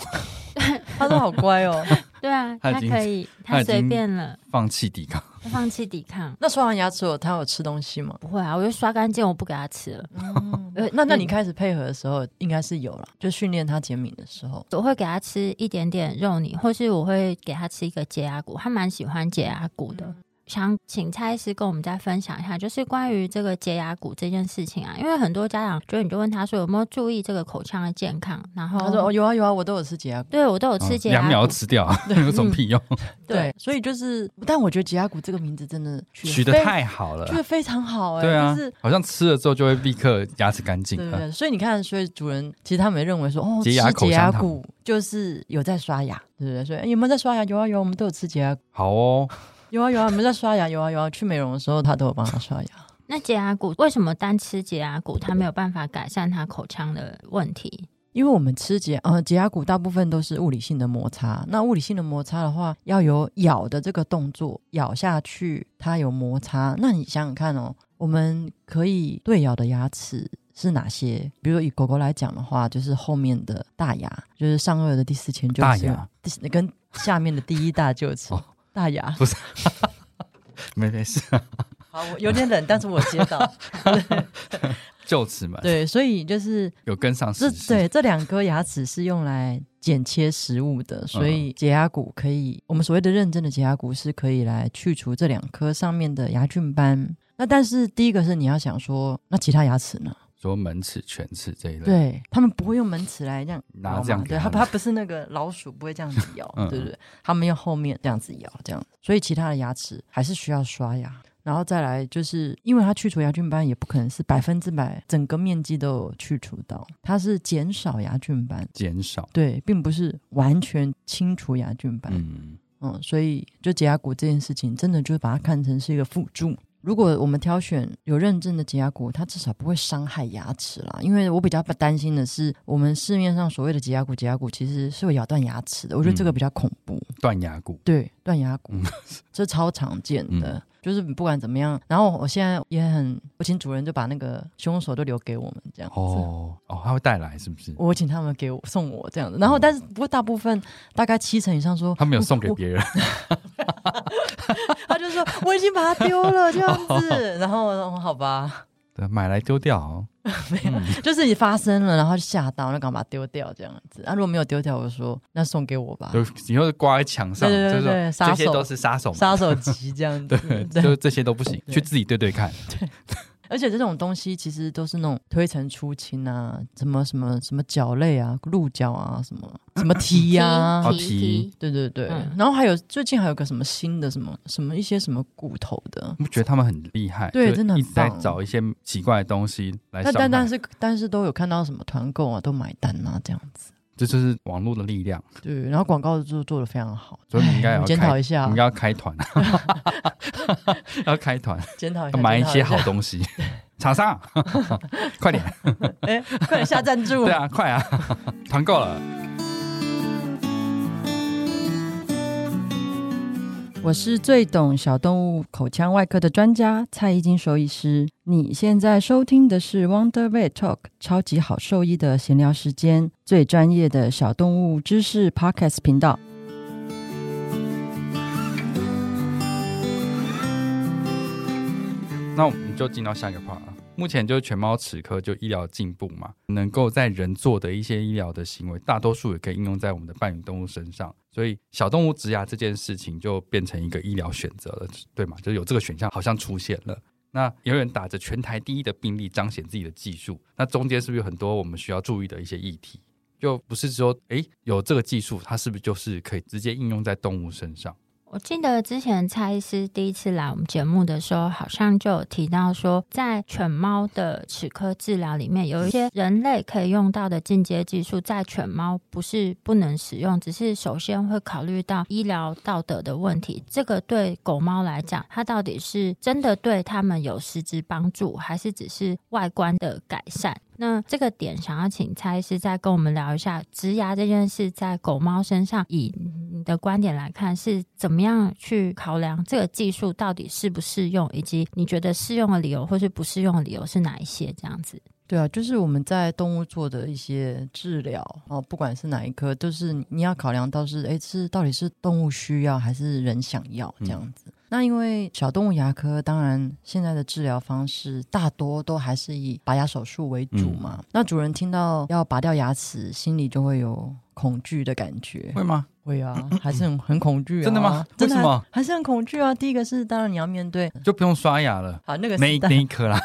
[SPEAKER 3] 他说好乖哦。
[SPEAKER 1] 对啊，
[SPEAKER 2] 它已
[SPEAKER 1] 它
[SPEAKER 2] 经
[SPEAKER 1] 可以，
[SPEAKER 2] 它
[SPEAKER 1] 它
[SPEAKER 2] 已经
[SPEAKER 1] 随便了，
[SPEAKER 2] 放弃抵抗。
[SPEAKER 1] 它放弃抵抗。
[SPEAKER 3] 那刷完牙齿后，他有吃东西吗？
[SPEAKER 1] 不会啊，我就刷干净，我不给它吃了。呃
[SPEAKER 3] 哦哎那那
[SPEAKER 1] 嗯
[SPEAKER 3] 你开始配合的时候，应该是有了，就训练他减敏的时候。
[SPEAKER 1] 我会给它吃一点点肉泥，或是我会给它吃一个解牙骨，它蛮喜欢解牙骨
[SPEAKER 3] 嗯
[SPEAKER 1] 的。想请蔡医师跟我们再分享一下，就是关于这个洁牙骨这件事情啊，因为很多家长就是你就问他说有没有注意这个口腔的健康，然后
[SPEAKER 3] 他说哦有啊有啊，我都有吃洁牙骨。
[SPEAKER 1] 对我都有吃洁
[SPEAKER 2] 哦嗯两
[SPEAKER 1] 牙
[SPEAKER 2] 秒
[SPEAKER 1] 骨，
[SPEAKER 2] 吃掉啊， 有什么屁用？
[SPEAKER 1] 对，
[SPEAKER 3] 所以就是，但我觉得洁牙骨这个名字真的取
[SPEAKER 2] 取得
[SPEAKER 3] 非
[SPEAKER 2] 太好了
[SPEAKER 3] 取，得非常好哎、
[SPEAKER 2] 对啊
[SPEAKER 3] 就是，
[SPEAKER 2] 好像吃了之后就会立刻牙齿干净啊
[SPEAKER 3] 对对
[SPEAKER 2] 了。
[SPEAKER 3] 对，所以你看，所以主人其实他们也认为说，哦，
[SPEAKER 2] 洁牙
[SPEAKER 3] 吃
[SPEAKER 2] 口
[SPEAKER 3] 洁牙
[SPEAKER 2] 香糖
[SPEAKER 3] 骨就是有在刷牙，对不对？所以哎有没有在刷牙？有啊有啊，我们都有吃洁牙骨。
[SPEAKER 2] 好哦，
[SPEAKER 3] 有啊有啊，我们在刷牙，有啊有啊，去美容的时候他都有帮他刷牙。
[SPEAKER 1] 那解牙骨为什么单吃解牙骨它没有办法改善它口腔的问题？
[SPEAKER 3] 因为我们吃解呃解牙骨大部分都是物理性的摩擦，那物理性的摩擦的话，要有咬的这个动作，咬下去它有摩擦。那你想想看哦，我们可以对咬的牙齿是哪些？比如说以狗狗来讲的话，就是后面的大牙，就是上颚的第四前臼齿，
[SPEAKER 2] 大牙
[SPEAKER 3] 第四跟下面的第一大臼齿
[SPEAKER 2] 哦，
[SPEAKER 3] 大牙。
[SPEAKER 2] 没没事，
[SPEAKER 3] 好，我有点冷，但是我接到。
[SPEAKER 2] 臼齿嘛，，
[SPEAKER 3] 对，所以就是
[SPEAKER 2] 有跟上
[SPEAKER 3] 这
[SPEAKER 2] 时事，
[SPEAKER 3] 对这两颗牙齿是用来剪切食物
[SPEAKER 2] 嗯
[SPEAKER 3] 的，所以洁牙骨可以，我们所谓的认真的洁牙骨是可以来去除这两颗上面的牙菌斑。那但是第一个是你要想说，那其他牙齿呢？
[SPEAKER 2] 说门齿、犬齿这一类，，
[SPEAKER 3] 对他们不会用门齿来这样
[SPEAKER 2] 拿
[SPEAKER 3] 咬嘛
[SPEAKER 2] 这样给
[SPEAKER 3] 对
[SPEAKER 2] 他
[SPEAKER 3] 它
[SPEAKER 2] 们，
[SPEAKER 3] 它不是那个老鼠不会这样子咬
[SPEAKER 2] 嗯嗯
[SPEAKER 3] 对不对？他们用后面这样子咬，这样，所以其他的牙齿还是需要刷牙。然后再来就是，因为它去除牙菌斑也不可能是百分之百整个面积都有去除到，它是减少牙菌斑，
[SPEAKER 2] 减少，
[SPEAKER 3] 对，并不是完全清除牙菌斑。
[SPEAKER 2] 嗯，
[SPEAKER 3] 嗯，所以就洁牙骨这件事情，真的就把它看成是一个辅助。如果我们挑选有认证的洁牙骨，它至少不会伤害牙齿啦。因为我比较担心的是，我们市面上所谓的洁牙骨，洁牙骨其实是会咬断牙齿的，我觉得这个比较恐怖。
[SPEAKER 2] 断牙骨，
[SPEAKER 3] 对，断牙骨、
[SPEAKER 2] 嗯
[SPEAKER 3] 这超常见的，就是不管怎么样。然后我现在也很，我请主人就把那个凶手都留给我们这样子。
[SPEAKER 2] 哦哦，它会带来是不是？
[SPEAKER 3] 我请他们给我送我这样子，然后
[SPEAKER 2] 嗯
[SPEAKER 3] 但是不过大部分大概七成以上说
[SPEAKER 2] 他没有
[SPEAKER 3] 我
[SPEAKER 2] 送给
[SPEAKER 3] 我
[SPEAKER 2] 别 人，
[SPEAKER 3] 他就说我已经把它丢了这样子， 然后我说哦好吧，
[SPEAKER 2] 对，买来丢掉哦，
[SPEAKER 3] 就是你发生了，然后就吓到，那赶快把它丢掉这样子。啊，如果没有丢掉，我说那送给我吧，
[SPEAKER 2] 就以后就挂在墙上，
[SPEAKER 3] 对对
[SPEAKER 2] 就是
[SPEAKER 3] 啊对
[SPEAKER 2] 说
[SPEAKER 3] 对杀
[SPEAKER 2] 这些
[SPEAKER 3] 手
[SPEAKER 2] 都是杀手嘛，
[SPEAKER 3] 杀手级这样子。
[SPEAKER 2] 对，
[SPEAKER 3] 对
[SPEAKER 2] 就这些都不行，
[SPEAKER 3] 对
[SPEAKER 2] 去自己对对看，
[SPEAKER 3] 而且这种东西其实都是那种推陈出新啊，什么什么什么脚类啊、鹿角啊、什么什么蹄 呀、
[SPEAKER 2] 哦
[SPEAKER 1] 提
[SPEAKER 2] 提
[SPEAKER 1] 提
[SPEAKER 3] 对对对，
[SPEAKER 1] 嗯
[SPEAKER 3] 然后还有最近还有个什么新的什么什么一些什么骨头的，
[SPEAKER 2] 我觉得他们很厉害，
[SPEAKER 3] 对
[SPEAKER 2] 就是
[SPEAKER 3] 真的很
[SPEAKER 2] 一直在
[SPEAKER 3] 棒
[SPEAKER 2] 找一些奇怪的东西来
[SPEAKER 3] 但
[SPEAKER 2] 伤
[SPEAKER 3] 但但
[SPEAKER 2] 害
[SPEAKER 3] 是但是都有看到什么团购啊，都买单啊这样子。
[SPEAKER 2] 这就是网络的力量，
[SPEAKER 3] 对，然后广告做做的非常好，
[SPEAKER 2] 所以你应该也
[SPEAKER 3] 唉
[SPEAKER 2] 要
[SPEAKER 3] 我检
[SPEAKER 2] 开
[SPEAKER 3] 讨一下
[SPEAKER 2] 我们，要开团，要开团，
[SPEAKER 3] 检讨一下，
[SPEAKER 2] 要买一
[SPEAKER 3] 检讨
[SPEAKER 2] 些
[SPEAKER 3] 下
[SPEAKER 2] 好。东西，厂商快点，
[SPEAKER 3] 哎，快点下赞 助
[SPEAKER 2] 对！啊，快啊，团购了，
[SPEAKER 3] 我是最懂小动物口腔外科的专家蔡依金兽医师。你现在收听的是 Wonder Vet Talk 超级好兽医的闲聊时间，最专业的小动物知识 Podcast 频道。
[SPEAKER 2] 那我们就进到下一个 part 了。目前就是犬猫齿科就医疗进步嘛，能够在人做的一些医疗的行为，大多数也可以应用在我们的伴侣动物身上，所以小动物植牙这件事情就变成一个医疗选择了，对吗？就是有这个选项好像出现了。那有人打着全台第一的病例彰显自己的技术，那中间是不是有很多我们需要注意的一些议题？就不是说，诶，有这个技术，它是不是就是可以直接应用在动物身上？
[SPEAKER 1] 我记得之前蔡医师第一次来我们节目的时候，好像就有提到说，在犬猫的齿科治疗里面，有一些人类可以用到的进阶技术，在犬猫不是不能使用，只是首先会考虑到医疗道德的问题。这个对狗猫来讲，它到底是真的对它们有实质帮助，还是只是外观的改善？那这个点，想要请蔡医师再跟我们聊一下植牙这件事，在狗猫身上以你的观点来看，是怎么样去考量这个技术到底适不适用，以及你觉得适用的理由或是不适用的理由是哪一些？这样 子，
[SPEAKER 3] 对啊，就是我们在动物做的一些治疗哦，不管是哪一科，都是你要考量到是，哎，是到底是动物需要还是人想要这样
[SPEAKER 2] 嗯
[SPEAKER 3] 子。那因为小动物牙科，当然现在的治疗方式大多都还是以拔牙手术为主
[SPEAKER 2] 嗯
[SPEAKER 3] 嘛。那主人听到要拔掉牙齿，心里就会有恐惧的感觉。
[SPEAKER 2] 会吗？
[SPEAKER 3] 会啊，还是很很恐惧啊。
[SPEAKER 2] 真的吗
[SPEAKER 3] 真的
[SPEAKER 2] 为什么
[SPEAKER 3] 还还是很恐惧啊。第一个是，当然你要面对
[SPEAKER 2] 就不用刷牙了，
[SPEAKER 3] 啊，那个
[SPEAKER 2] 那一
[SPEAKER 3] 时代
[SPEAKER 2] 那一颗啦，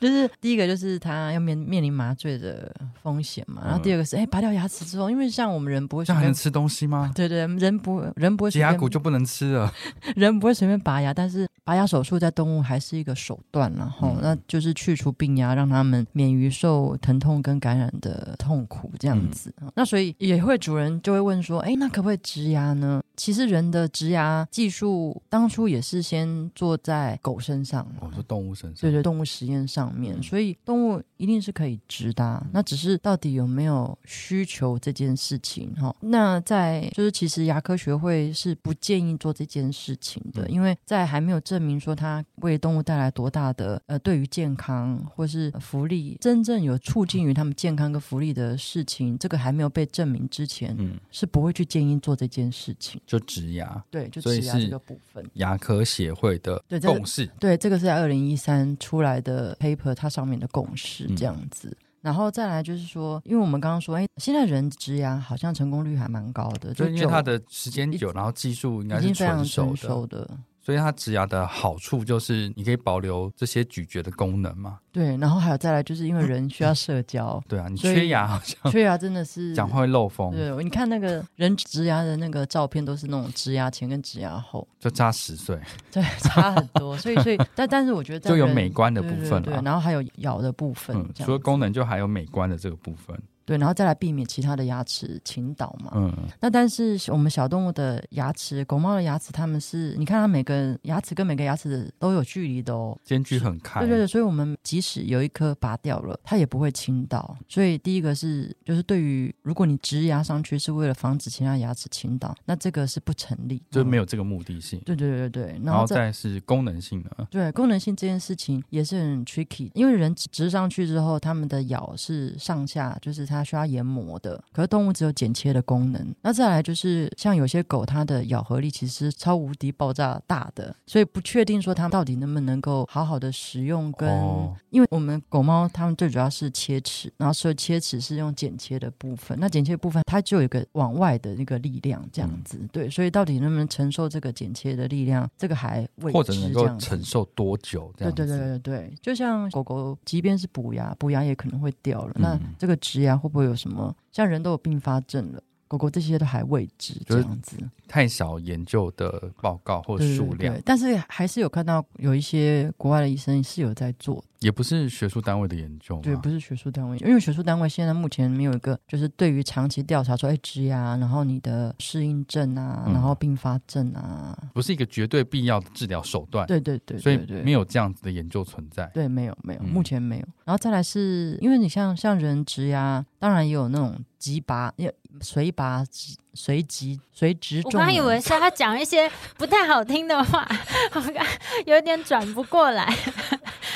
[SPEAKER 3] 就是第一个就是他要面面临麻醉的风险嘛，
[SPEAKER 2] 嗯
[SPEAKER 3] 然后第二个是哎、拔掉牙齿之后，因为像我们人不会
[SPEAKER 2] 这
[SPEAKER 3] 随
[SPEAKER 2] 样还能
[SPEAKER 3] 便，
[SPEAKER 2] 吃东西吗？
[SPEAKER 3] 对对，人不人不会
[SPEAKER 2] 挤
[SPEAKER 3] 随
[SPEAKER 2] 牙
[SPEAKER 3] 便
[SPEAKER 2] 骨就不能吃 了。
[SPEAKER 3] 人不会随便拔牙，但是拔牙手术在动物还是一个手段啦，然后、
[SPEAKER 2] 嗯
[SPEAKER 3] 那就是去除病牙，让他们免于受疼痛跟感
[SPEAKER 2] 嗯
[SPEAKER 3] 染啊的痛苦这样子。那所以也会主人就会问说，哎，那可不可以植牙呢？其实人的植牙技术当初也是先做在狗身上嘛，
[SPEAKER 2] 我说哦动物身上，
[SPEAKER 3] 对对，动物实验上面，
[SPEAKER 2] 嗯
[SPEAKER 3] 所以动物一定是可以植的啊、那只是到底有没有需求这件事情哈、那在就是其实牙科学会是不建议做这件事情的，
[SPEAKER 2] 嗯
[SPEAKER 3] 因为在还没有证明说它为动物带来多大的呃对于健康或是福利真正有促进于他们健康跟福利的事情，这个还没有被证明之前，
[SPEAKER 2] 嗯，
[SPEAKER 3] 是不会去建议做这件事情。
[SPEAKER 2] 就植牙。
[SPEAKER 3] 对，就
[SPEAKER 2] 所以
[SPEAKER 3] 植牙这
[SPEAKER 2] 是哦
[SPEAKER 3] 个部分。
[SPEAKER 2] 牙科协会的
[SPEAKER 3] 对这个
[SPEAKER 2] 共识，
[SPEAKER 3] 对，这个是在二零一三出来的 paper，它上面的共识
[SPEAKER 2] 嗯
[SPEAKER 3] 这样子。然后再来就是说，因为我们刚刚说，哎，现在人植牙好像成功率还蛮高的，
[SPEAKER 2] 就
[SPEAKER 3] 就
[SPEAKER 2] 因为
[SPEAKER 3] 九
[SPEAKER 2] 它的时间久，然后技术应该
[SPEAKER 3] 已
[SPEAKER 2] 是
[SPEAKER 3] 经非常
[SPEAKER 2] 纯熟
[SPEAKER 3] 成
[SPEAKER 2] 的，
[SPEAKER 3] 熟的，
[SPEAKER 2] 所以它植牙的好处就是你可以保留这些咀嚼的功能嘛。
[SPEAKER 3] 对。然后还有再来就是因为人
[SPEAKER 2] ，
[SPEAKER 3] 需要社交
[SPEAKER 2] 对啊，你
[SPEAKER 3] 所以
[SPEAKER 2] 缺牙好像
[SPEAKER 3] 缺牙真的是
[SPEAKER 2] 讲话会漏风，
[SPEAKER 3] 对，你看那个人植牙的那个照片，都是那种植牙前跟植牙后，
[SPEAKER 2] 就差十岁
[SPEAKER 3] 对，差很多。所以，所以，但但是我觉得在
[SPEAKER 2] 就有
[SPEAKER 3] 人
[SPEAKER 2] 美观的部
[SPEAKER 3] 对对
[SPEAKER 2] 分
[SPEAKER 3] 对，
[SPEAKER 2] 啦。
[SPEAKER 3] 然后还有咬的部分，
[SPEAKER 2] 嗯，
[SPEAKER 3] 这
[SPEAKER 2] 除了
[SPEAKER 3] 样
[SPEAKER 2] 功能，就还有美观的这个部分。
[SPEAKER 3] 对，然后再来避免其他的牙齿倾倒嘛。
[SPEAKER 2] 嗯，
[SPEAKER 3] 那但是我们小动物的牙齿，狗猫的牙齿，它们是你看它每个牙齿跟每个牙齿都有距离的哦。
[SPEAKER 2] 间距很开
[SPEAKER 3] 对，对对，所以我们即使有一颗拔掉了，它也不会倾倒。所以第一个是，就是对于如果你植牙上去是为了防止其他牙齿倾倒，那这个是不成立，
[SPEAKER 2] 就没
[SPEAKER 3] 有。
[SPEAKER 2] 有这个目的性。
[SPEAKER 3] 对对对对对，
[SPEAKER 2] 然
[SPEAKER 3] 嗯然
[SPEAKER 2] 后
[SPEAKER 3] 后再
[SPEAKER 2] 再是功能性的，
[SPEAKER 3] 对功能性这件事情也是很 tricky，因为人植上去之后，它们的咬是上下，就是它需要研磨的，可是动物只有剪切的功能。那再来就是像有些狗，它的咬合力其实超无敌爆炸大的，所以不确定说它到底能不能够好好的使用跟，
[SPEAKER 2] 哦
[SPEAKER 3] 因为我们狗猫它们最主要是切齿，然后所以切齿是用剪切的部分，那剪切部分它就有一个往外的那个力量这样子，
[SPEAKER 2] 嗯
[SPEAKER 3] 对，所以到底能不能承受这个剪切的力量，这个还未
[SPEAKER 2] 或者
[SPEAKER 3] 知
[SPEAKER 2] 能
[SPEAKER 3] 这
[SPEAKER 2] 够
[SPEAKER 3] 样子
[SPEAKER 2] 承受多久这
[SPEAKER 3] 对
[SPEAKER 2] 样子。
[SPEAKER 3] 对对对对，就像狗狗，即便是补牙，补牙也可能会掉了。
[SPEAKER 2] 嗯
[SPEAKER 3] 那这个植牙会不会有什么？像人都有并发症了，狗狗这些都还未知，
[SPEAKER 2] 就是
[SPEAKER 3] 这样子
[SPEAKER 2] 太少研究的报告或
[SPEAKER 3] 对对
[SPEAKER 2] 数
[SPEAKER 3] 对
[SPEAKER 2] 量
[SPEAKER 3] 对，但是还是有看到有一些国外的医生是有在做，
[SPEAKER 2] 也不是学术单位的研究嘛。
[SPEAKER 3] 对，不是学术单位，因为学术单位现在目前没有一个就是对于长期调查说，哎，植牙，然后你的适应症啊，
[SPEAKER 2] 嗯
[SPEAKER 3] 然后并发症啊，
[SPEAKER 2] 不是一个绝对必要的治疗手段，
[SPEAKER 3] 对对对，
[SPEAKER 2] 啊所以
[SPEAKER 3] 对对
[SPEAKER 2] 没有这样子的研究存在。
[SPEAKER 3] 对，没有没有，
[SPEAKER 2] 嗯
[SPEAKER 3] 目前没有。然后再来是因为你像像人植牙，当然也有那种急拔，也随拔植随急随植
[SPEAKER 1] 我
[SPEAKER 3] 种人。
[SPEAKER 1] 刚以为是他讲一些不太好听的话， 我刚有点转不过来。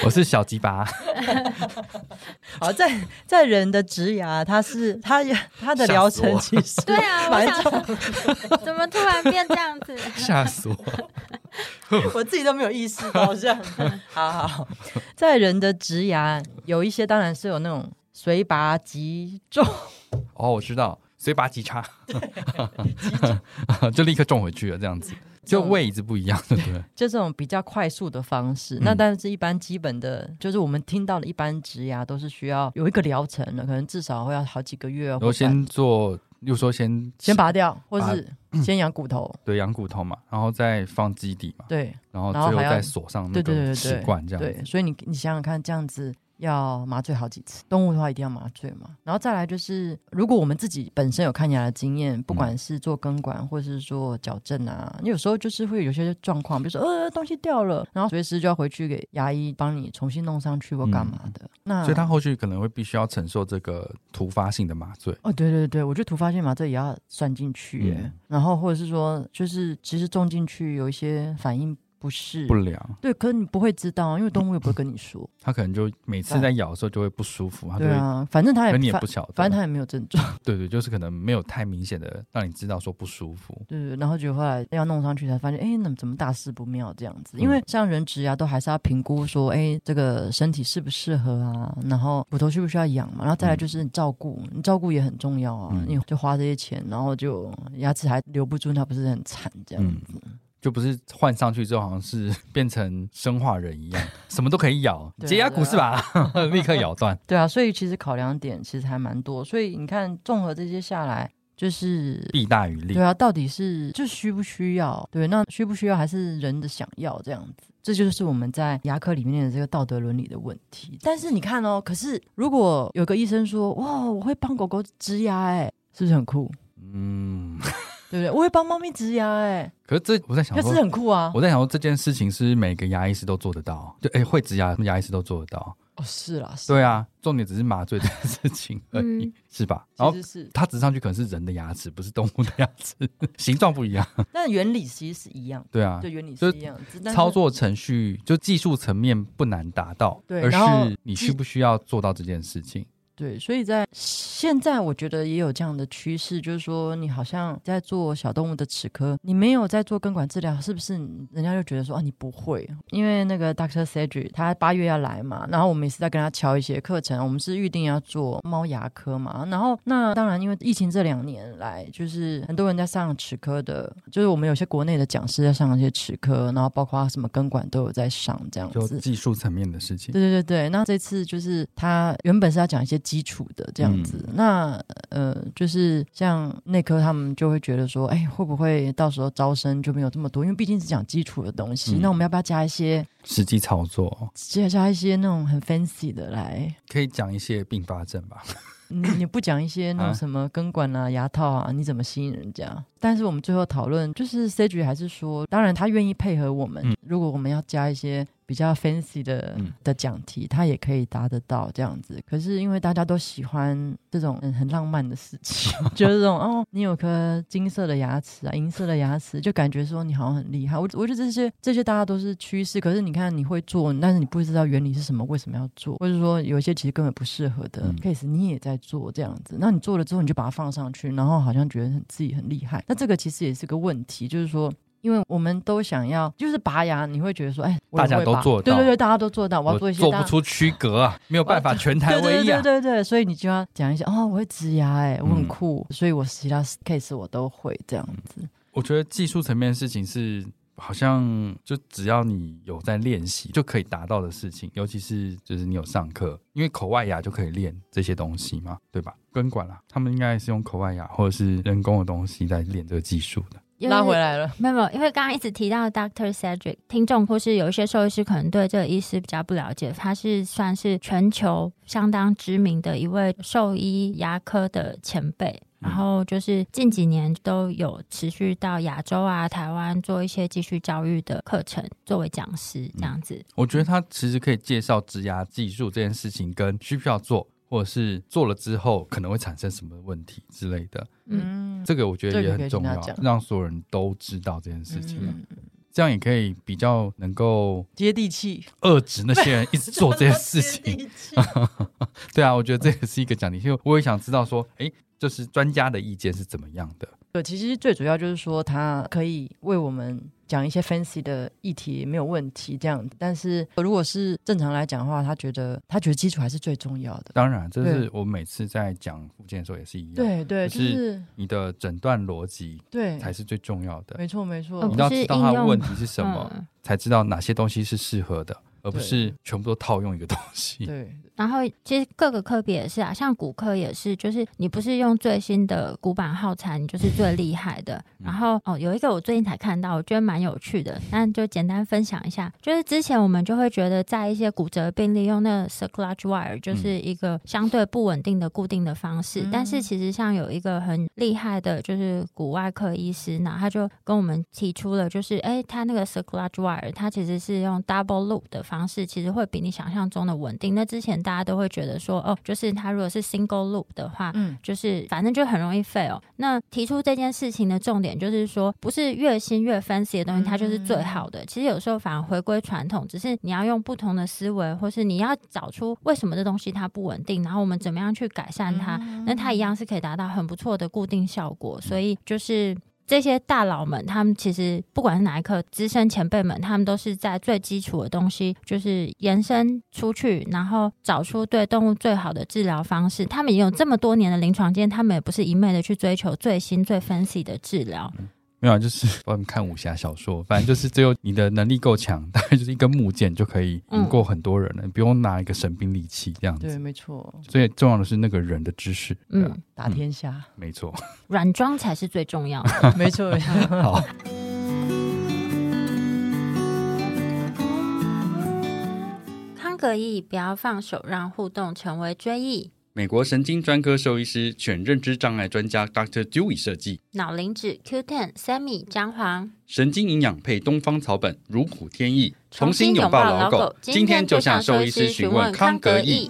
[SPEAKER 2] 我是小吉 拔，
[SPEAKER 3] 好在在人的植牙，它是它它的
[SPEAKER 2] 吓
[SPEAKER 3] 疗
[SPEAKER 2] 死
[SPEAKER 3] 程
[SPEAKER 2] 我
[SPEAKER 3] 其实
[SPEAKER 1] 对啊，我
[SPEAKER 3] 蛮
[SPEAKER 1] 想
[SPEAKER 3] 重
[SPEAKER 1] 说 怎么突然变这样子？
[SPEAKER 2] 吓死我！
[SPEAKER 3] 我自己都没有意识到， 这样。好好好，在人的植牙有一些当然是有那种随拔急种，
[SPEAKER 2] 哦，我知道，随拔即插， 就立刻种回去了，这样子就位置不一样，对 不对？
[SPEAKER 3] 就这种比较快速的方式。
[SPEAKER 2] 嗯
[SPEAKER 3] 那但是，一般基本的，就是我们听到的一般植牙都是需要有一个疗程的，可能至少会要好几个月，
[SPEAKER 2] 然
[SPEAKER 3] 或
[SPEAKER 2] 后
[SPEAKER 3] 者
[SPEAKER 2] 先做，又说先嗯
[SPEAKER 3] 先拔掉，或是先养骨头。
[SPEAKER 2] 对羊骨头嘛，然后再放基底嘛，
[SPEAKER 3] 对
[SPEAKER 2] 然后
[SPEAKER 3] 然后
[SPEAKER 2] 最后
[SPEAKER 3] 还要
[SPEAKER 2] 再锁上那
[SPEAKER 3] 对对对
[SPEAKER 2] 个
[SPEAKER 3] 对
[SPEAKER 2] 气罐，这样
[SPEAKER 3] 对，
[SPEAKER 2] 子。
[SPEAKER 3] 所以你你想想看，这样子。要麻醉好几次，动物的话一定要麻醉嘛。然后再来就是，如果我们自己本身有看牙的经验，
[SPEAKER 2] 嗯
[SPEAKER 3] 不管是做根管或是做矫正啊，你有时候就是会有些状况，比如说呃东西掉了，然后随时就要回去给牙医帮你重新弄上去或干嘛的。那
[SPEAKER 2] 嗯所以他后续可能会必须要承受这个突发性的麻醉。
[SPEAKER 3] 哦，对对对，我觉得突发性麻醉也要算进去耶、
[SPEAKER 2] 嗯
[SPEAKER 3] 然后或者是说，就是其实种进去有一些反应不适，
[SPEAKER 2] 不良，
[SPEAKER 3] 对，可是你不会知道，啊因为动物也不会跟你说，
[SPEAKER 2] 他可能就每次在咬的时候就会不舒服，他就
[SPEAKER 3] 对
[SPEAKER 2] 会，
[SPEAKER 3] 啊，反正它
[SPEAKER 2] 可
[SPEAKER 3] 也
[SPEAKER 2] 能你也
[SPEAKER 3] 反
[SPEAKER 2] 不晓得，
[SPEAKER 3] 反正它也没有症状，
[SPEAKER 2] 对对，就是可能没有太明显的让你知道说不舒服，
[SPEAKER 3] 对对，对然后就后来要弄上去才发现，哎，那怎么大事不妙这样子？因为
[SPEAKER 2] 嗯
[SPEAKER 3] 像人植牙都还是要评估说，哎，这个身体适不适合啊，然后骨头需不需要养嘛，然后再来就是你照顾，你照顾也很重要啊，
[SPEAKER 2] 嗯
[SPEAKER 3] 你就花这些钱，然后就牙齿还留不住，那不是很惨这样
[SPEAKER 2] 嗯
[SPEAKER 3] 子？
[SPEAKER 2] 就不是换上去之后好像是 变成生化人一样，什么都可以咬，
[SPEAKER 3] 对啊
[SPEAKER 2] 解压骨是吧？ 立刻咬断。
[SPEAKER 3] 对啊，所以其实考量点其实还蛮多，所以你看综合这些下来，就是
[SPEAKER 2] 弊大于利
[SPEAKER 3] 对，啊，到底是就需不需要？对，那需不需要还是人的想要这样子？这就是我们在牙科里面的这个道德伦理的问题。但是你看哦，可是如果欸有个医生说哇，我会帮狗狗植牙，哎，是不是很酷？
[SPEAKER 2] 嗯，
[SPEAKER 3] 对不对？我会帮猫咪植牙、欸，
[SPEAKER 2] 可是这我在想
[SPEAKER 3] 哎，可
[SPEAKER 2] 说
[SPEAKER 3] 是，很酷啊。
[SPEAKER 2] 我在想说这件事情是每个牙医师都做得到，对，哎、会植牙的牙医师都做得到，
[SPEAKER 3] 哦，是啦，是啦，
[SPEAKER 2] 对啊，重点只是麻醉这件 事情而已，
[SPEAKER 1] 嗯
[SPEAKER 2] 是吧？然后
[SPEAKER 3] 其实是，
[SPEAKER 2] 它植上去可能是人的牙齿，不是动物的牙齿， 形状不一样，
[SPEAKER 3] 但原理其实是一样，
[SPEAKER 2] 对啊
[SPEAKER 3] 对，，原理
[SPEAKER 2] 就是
[SPEAKER 3] 一样，只但是
[SPEAKER 2] 操作程序就技术层面不难达到，
[SPEAKER 3] 对
[SPEAKER 2] 而
[SPEAKER 3] 然后
[SPEAKER 2] 是你
[SPEAKER 3] 技
[SPEAKER 2] 需不需要做到这件事情。
[SPEAKER 3] 对，所以在现在我觉得也有这样的趋势，就是说你好像在做小动物的齿科，你没有在做根管治疗，是不是人家就觉得说啊你不会？因为那个 Dr. Sedge 他八月要来嘛，然后我们也是在跟他敲一些课程，我们是预定要做猫牙科嘛，然后那当然因为疫情这两年来，就是很多人在上齿科的，就是我们有些国内的讲师在上一些齿科，然后包括什么根管都有在上这样
[SPEAKER 2] 就
[SPEAKER 3] 子，
[SPEAKER 2] 技术层面的事情。
[SPEAKER 3] 对对对对，那这次就是他原本是要讲一些基础的这样子，那呃，就是像内科他们就会觉得说，哎，会不会到时候招生就没有这么多？因为毕竟是讲基础的东西，
[SPEAKER 2] 嗯
[SPEAKER 3] 那我们要不要加一些
[SPEAKER 2] 实际操作
[SPEAKER 3] 加加一些那种很 fancy 的来？
[SPEAKER 2] 可以讲一些并发症吧？
[SPEAKER 3] 你你不讲一些那
[SPEAKER 2] 啊
[SPEAKER 3] 种什么根管啊、牙套啊，你怎么吸引人家？但是我们最后讨论，就是 C G 还是说，当然他愿意配合我们，
[SPEAKER 2] 嗯
[SPEAKER 3] 如果我们要加一些比较 fancy 的、
[SPEAKER 2] 嗯
[SPEAKER 3] 的讲题，他也可以答得到这样子。可是因为大家都喜欢这种嗯很浪漫的事情， 就是这种哦，你有颗金色的牙齿啊，银色的牙齿，就感觉说你好像很厉害。我我觉得这些这些大家都是趋势，可是你看你会做，但是你不知道原理是什么，为什么要做，或者说有一些其实根本不适合的
[SPEAKER 2] 嗯
[SPEAKER 3] case，你也在做这样子。那你做了之后，你就把它放上去，然后好像觉得很自己很厉害。那这个其实也是个问题，就是说。因为我们都想要，就是拔牙，你会觉得说，哎，我也
[SPEAKER 2] 大家
[SPEAKER 3] 会
[SPEAKER 2] 都
[SPEAKER 3] 拔
[SPEAKER 2] 做
[SPEAKER 3] 对
[SPEAKER 2] 到
[SPEAKER 3] 对对，大家都做到，我要做
[SPEAKER 2] 我
[SPEAKER 3] 一些
[SPEAKER 2] 做
[SPEAKER 3] 大
[SPEAKER 2] 不
[SPEAKER 3] 家
[SPEAKER 2] 出区隔 啊，没有办法全台
[SPEAKER 3] 对
[SPEAKER 2] 唯
[SPEAKER 3] 对
[SPEAKER 2] 一
[SPEAKER 3] 对
[SPEAKER 2] 啊。
[SPEAKER 3] 对对，所以你就要讲一些哦，我会植牙哎、我
[SPEAKER 2] 嗯
[SPEAKER 3] 很酷，所以我其他 case 我都会这样子。
[SPEAKER 2] 我觉得技术层面的事情是。好像就只要你有在练习就可以达到的事情，尤其是就是你有上课，因为口外牙就可以练这些东西嘛，对吧？根管啦，他们应该是用口外牙或者是人工的东西在练这个技术的。
[SPEAKER 1] 因为
[SPEAKER 3] 拉回来了，
[SPEAKER 1] 没有，没有，因为刚刚一直提到 Doctor Cedric，听众或是有一些兽医师可能对这个医师比较不了解，他是算是全球相当知名的一位兽医牙科的前辈。然后就是近几年都有持续到亚洲啊、台湾做一些继续教育的课程，作为讲师这样子。
[SPEAKER 2] 我觉得他其实可以介绍植牙技术这件事情，跟需不需要做，或者是做了之后可能会产生什么问题之类的。
[SPEAKER 3] 嗯，
[SPEAKER 2] 这个我觉得
[SPEAKER 3] 这个
[SPEAKER 2] 也
[SPEAKER 3] 可
[SPEAKER 2] 很
[SPEAKER 3] 以
[SPEAKER 2] 重
[SPEAKER 3] 跟
[SPEAKER 2] 要
[SPEAKER 3] 他讲，
[SPEAKER 2] 让所有人都知道这件事情，啊
[SPEAKER 3] 嗯
[SPEAKER 2] 这样也可以比较能够
[SPEAKER 3] 接地气，
[SPEAKER 2] 遏制那些人一直做这件事
[SPEAKER 3] 接
[SPEAKER 2] 情。
[SPEAKER 3] 地气。
[SPEAKER 2] 对啊，我觉得这也是一个奖励，因为我也想知道说，哎，就是专家的意见是怎么样的。
[SPEAKER 3] 对， 其实最主要就是说，它可以为我们讲一些分析的议题没有问题这样子。但是如果是正常来讲的话，他觉得他觉得基础还是最重要的。
[SPEAKER 2] 当然，这是
[SPEAKER 3] 对
[SPEAKER 2] 我每次在讲附件的时候也是一样，
[SPEAKER 3] 对对，
[SPEAKER 2] 就
[SPEAKER 3] 就是是
[SPEAKER 2] 你的诊断逻辑
[SPEAKER 3] 对，
[SPEAKER 2] 才是最重要的。
[SPEAKER 3] 没错没错
[SPEAKER 1] 嗯
[SPEAKER 2] 你，要
[SPEAKER 1] 不是
[SPEAKER 2] 知道它
[SPEAKER 1] 应
[SPEAKER 2] 的
[SPEAKER 1] 用
[SPEAKER 2] 问题是什么，
[SPEAKER 1] 嗯
[SPEAKER 2] 才知道哪些东西是适合的，而不
[SPEAKER 3] 对
[SPEAKER 2] 是全部都套用一个东西。
[SPEAKER 3] 对
[SPEAKER 1] 然后其实各个科别也是啊，像骨科也是，就是你不是用最新的骨板耗材，你就是最厉害的。 然后哦，有一个我最近才看到，我觉得蛮有趣的，但就简单分享一下。就是之前我们就会觉得，在一些骨折病例用那个 circlage wire 就是一个相对不稳定的固定的方式，
[SPEAKER 3] 嗯
[SPEAKER 1] 但是其实像有一个很厉害的，就是骨外科医师呢，他就跟我们提出了，就是哎，他那个 circlage wire 它其实是用 double loop 的方式，其实会比你想象中的稳定。那之前大家都会觉得说，哦，就是它如果是 single loop 的话，
[SPEAKER 3] 嗯
[SPEAKER 1] 就是反正就很容易 fail。那提出这件事情的重点就是说，不是越新越 fancy 的东西，它就是
[SPEAKER 2] 嗯
[SPEAKER 1] 最好的。其实有时候反而回归传统，只是你要用不同的思维，或是你要找出为什么这东西它不稳定，然后我们怎么样去改善它。那它
[SPEAKER 2] 嗯
[SPEAKER 1] 一样是可以达到很不错的固定效果。所以就是这些大佬们，他们其实不管是哪一科资深前辈们，他们都是在最基础的东西，就是延伸出去，然后找出对动物最好的治疗方式。他们也有这么多年的临床经验，他们也不是一昧的去追求最新最 fancy 的治疗。
[SPEAKER 2] 没有啊，就是我们看武侠小说，反正就是只有你的能力够强，大概就是一根木剑就可以赢过很多人了，你不用拿一个神兵利器这样
[SPEAKER 3] 对，
[SPEAKER 2] 子。
[SPEAKER 3] 没错，
[SPEAKER 2] 最重要的是那个人的知识。对啊
[SPEAKER 1] 嗯，
[SPEAKER 3] 打天下，
[SPEAKER 2] 没错。
[SPEAKER 1] 软装才是最重要的。
[SPEAKER 3] 没错没错。
[SPEAKER 2] 嗯 好，
[SPEAKER 1] 康格义，不要放手，让互动成为追忆。
[SPEAKER 2] 美国神经专科兽医师、犬认知障碍专家 Dr. Dewey 设计，
[SPEAKER 1] 脑磷脂 Q10、Sammy、姜黄，
[SPEAKER 2] 神经营养配东方草本，如虎添翼，
[SPEAKER 1] 重新拥抱老狗。今天就向兽医师询问康格义。。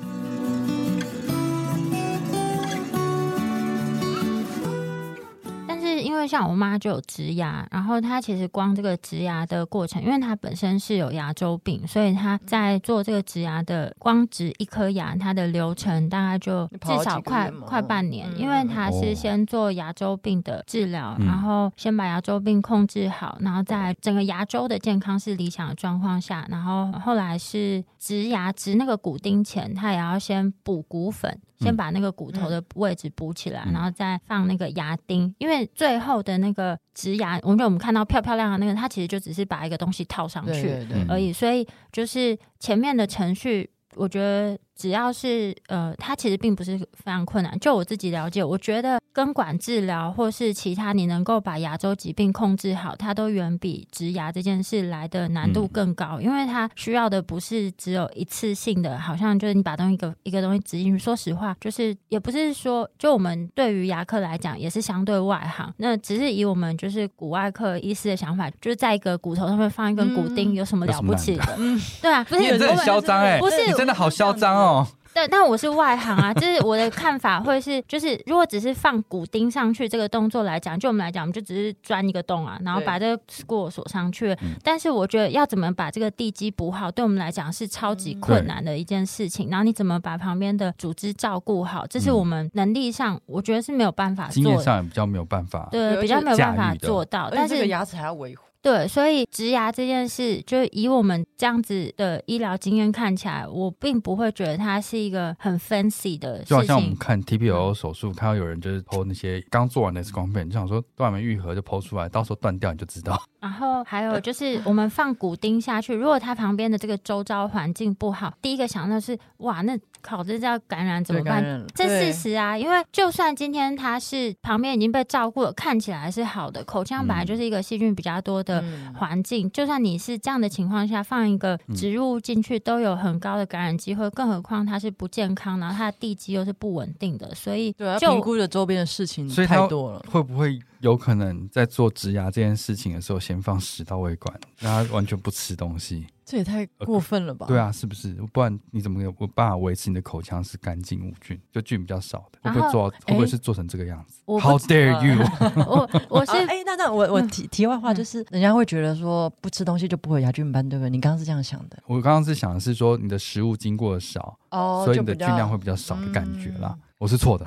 [SPEAKER 1] 但是因为像我妈就有植牙，然后她其实光这个植牙的过程，因为她本身是有牙周病，所以她在做这个植牙的光植一颗牙，它的流程大概就
[SPEAKER 3] 跑了
[SPEAKER 1] 至
[SPEAKER 3] 几
[SPEAKER 1] 少
[SPEAKER 3] 个
[SPEAKER 1] 快
[SPEAKER 3] 月吗
[SPEAKER 1] 快半年，
[SPEAKER 3] 嗯
[SPEAKER 1] 因为她
[SPEAKER 2] 哦
[SPEAKER 1] 是先做牙周病的治疗，
[SPEAKER 2] 嗯
[SPEAKER 1] 然后先把牙周病控制好，然后再来整个牙周的健康是理想的状况下，然后后来是植牙植那个骨钉前，她也要先补骨粉，先
[SPEAKER 2] 嗯
[SPEAKER 1] 把那个骨头的位置补起来，
[SPEAKER 2] 嗯
[SPEAKER 1] 然后再放那个牙钉，因为最后的那个植牙，我们就我们看到漂漂亮亮的那个，它其实就只是把一个东西套上
[SPEAKER 3] 对
[SPEAKER 1] 去
[SPEAKER 3] 对对
[SPEAKER 2] 嗯，
[SPEAKER 1] 而已，所以就是前面的程序。我觉得只要是呃，它其实并不是非常困难。就我自己了解，我觉得根管治疗或是其他你能够把牙周疾病控制好，它都远比植牙这件事来的难度
[SPEAKER 2] 嗯
[SPEAKER 1] 更高，因为它需要的不是只有一次性的，好像就是你把东西一个一个东西植进去。说实话，就是也不是说，就我们对于牙科来讲，也是相对外行。那只是以我们就是骨外科医师的想法，就是在一个骨头上面放一根骨钉，
[SPEAKER 3] 嗯
[SPEAKER 1] 有什么
[SPEAKER 2] 有
[SPEAKER 1] 了
[SPEAKER 2] 什
[SPEAKER 1] 不
[SPEAKER 2] 么
[SPEAKER 1] 起
[SPEAKER 2] 难
[SPEAKER 1] 的？对啊，不是
[SPEAKER 2] 你真的
[SPEAKER 1] 我
[SPEAKER 2] 很
[SPEAKER 1] 们
[SPEAKER 2] 嚣张哎、
[SPEAKER 1] 不是
[SPEAKER 2] 你真的好嚣张哦！
[SPEAKER 1] 对，但我是外行啊，就是我的看法会是，就是如果只是放骨钉上去这个动作来讲，就我们来讲，我们就只是钻一个洞啊，然后
[SPEAKER 3] 对
[SPEAKER 1] 把这个 score 锁上去
[SPEAKER 2] 嗯。
[SPEAKER 1] 但是我觉得要怎么把这个地基补好，对我们来讲是超级
[SPEAKER 3] 嗯
[SPEAKER 1] 困难的一件事情。然后你怎么把旁边的组织照顾好，这是
[SPEAKER 2] 嗯
[SPEAKER 1] 我们能力上我觉得是没有办法
[SPEAKER 2] 经
[SPEAKER 1] 做
[SPEAKER 2] 验
[SPEAKER 1] 的。
[SPEAKER 2] 上也比较没有办法。
[SPEAKER 3] 对而
[SPEAKER 1] 对，
[SPEAKER 3] 且
[SPEAKER 1] 比较没有办法
[SPEAKER 2] 驾驭的
[SPEAKER 1] 做到，但
[SPEAKER 3] 而
[SPEAKER 1] 是
[SPEAKER 3] 且哦这个牙齿还要维护。
[SPEAKER 1] 对，所以植牙这件事，就以我们这样子的医疗经验看起来，我并不会觉得它是一个很 fancy 的
[SPEAKER 2] 就好
[SPEAKER 1] 事
[SPEAKER 2] 像我们
[SPEAKER 1] 情。嗯
[SPEAKER 2] 看 TPO 手术，看到有人就是剖那些刚做完的 X 光片，你就想说都还没愈合就剖出来，到时候断掉你就知道。
[SPEAKER 1] 然后还有就是，我们放骨钉下去，如果它旁边的这个周遭环境不好，第一个想到是哇，那烤这要感染怎么办？这事
[SPEAKER 3] 是
[SPEAKER 1] 实啊，因为就算今天它是旁边已经被照顾了，看起来是好的，口腔本来
[SPEAKER 2] 嗯
[SPEAKER 1] 就是一个细菌比较多的
[SPEAKER 3] 嗯
[SPEAKER 1] 环境，就算你是这样的情况下放一个
[SPEAKER 2] 嗯
[SPEAKER 1] 植入物进去，都有很高的感染机会，更何况它是不健康，然后它的地基又是不稳定的，所以
[SPEAKER 3] 对啊，
[SPEAKER 1] 就
[SPEAKER 3] 评估的周边的事情
[SPEAKER 2] 所以它
[SPEAKER 3] 太多 了。
[SPEAKER 2] 会不会有可能在做植牙这件事情的时候，先放食道胃管，让他完全不吃东西？
[SPEAKER 3] 这也太过分了
[SPEAKER 2] 呃
[SPEAKER 3] 吧？
[SPEAKER 2] 对，啊，是不是？不然你怎么有办法维持你的口腔是干净无菌，就菌比较少的？会
[SPEAKER 1] 然
[SPEAKER 2] 不
[SPEAKER 1] 后
[SPEAKER 2] 会做到？会不会
[SPEAKER 3] 哎
[SPEAKER 2] 是做成这个样子
[SPEAKER 1] 我不哎
[SPEAKER 2] ？How dare you！
[SPEAKER 1] 我我是 嗯
[SPEAKER 3] 啊哎，那那我我题题外话就是，人家会觉得说不吃东西就不会有牙菌斑，对不对？你刚刚是这样想的
[SPEAKER 2] 我刚刚是想的是说你的食物经过的少，
[SPEAKER 3] 哦
[SPEAKER 2] 所以你的菌量会比较少的感觉啦。
[SPEAKER 1] 嗯
[SPEAKER 2] 我是错的，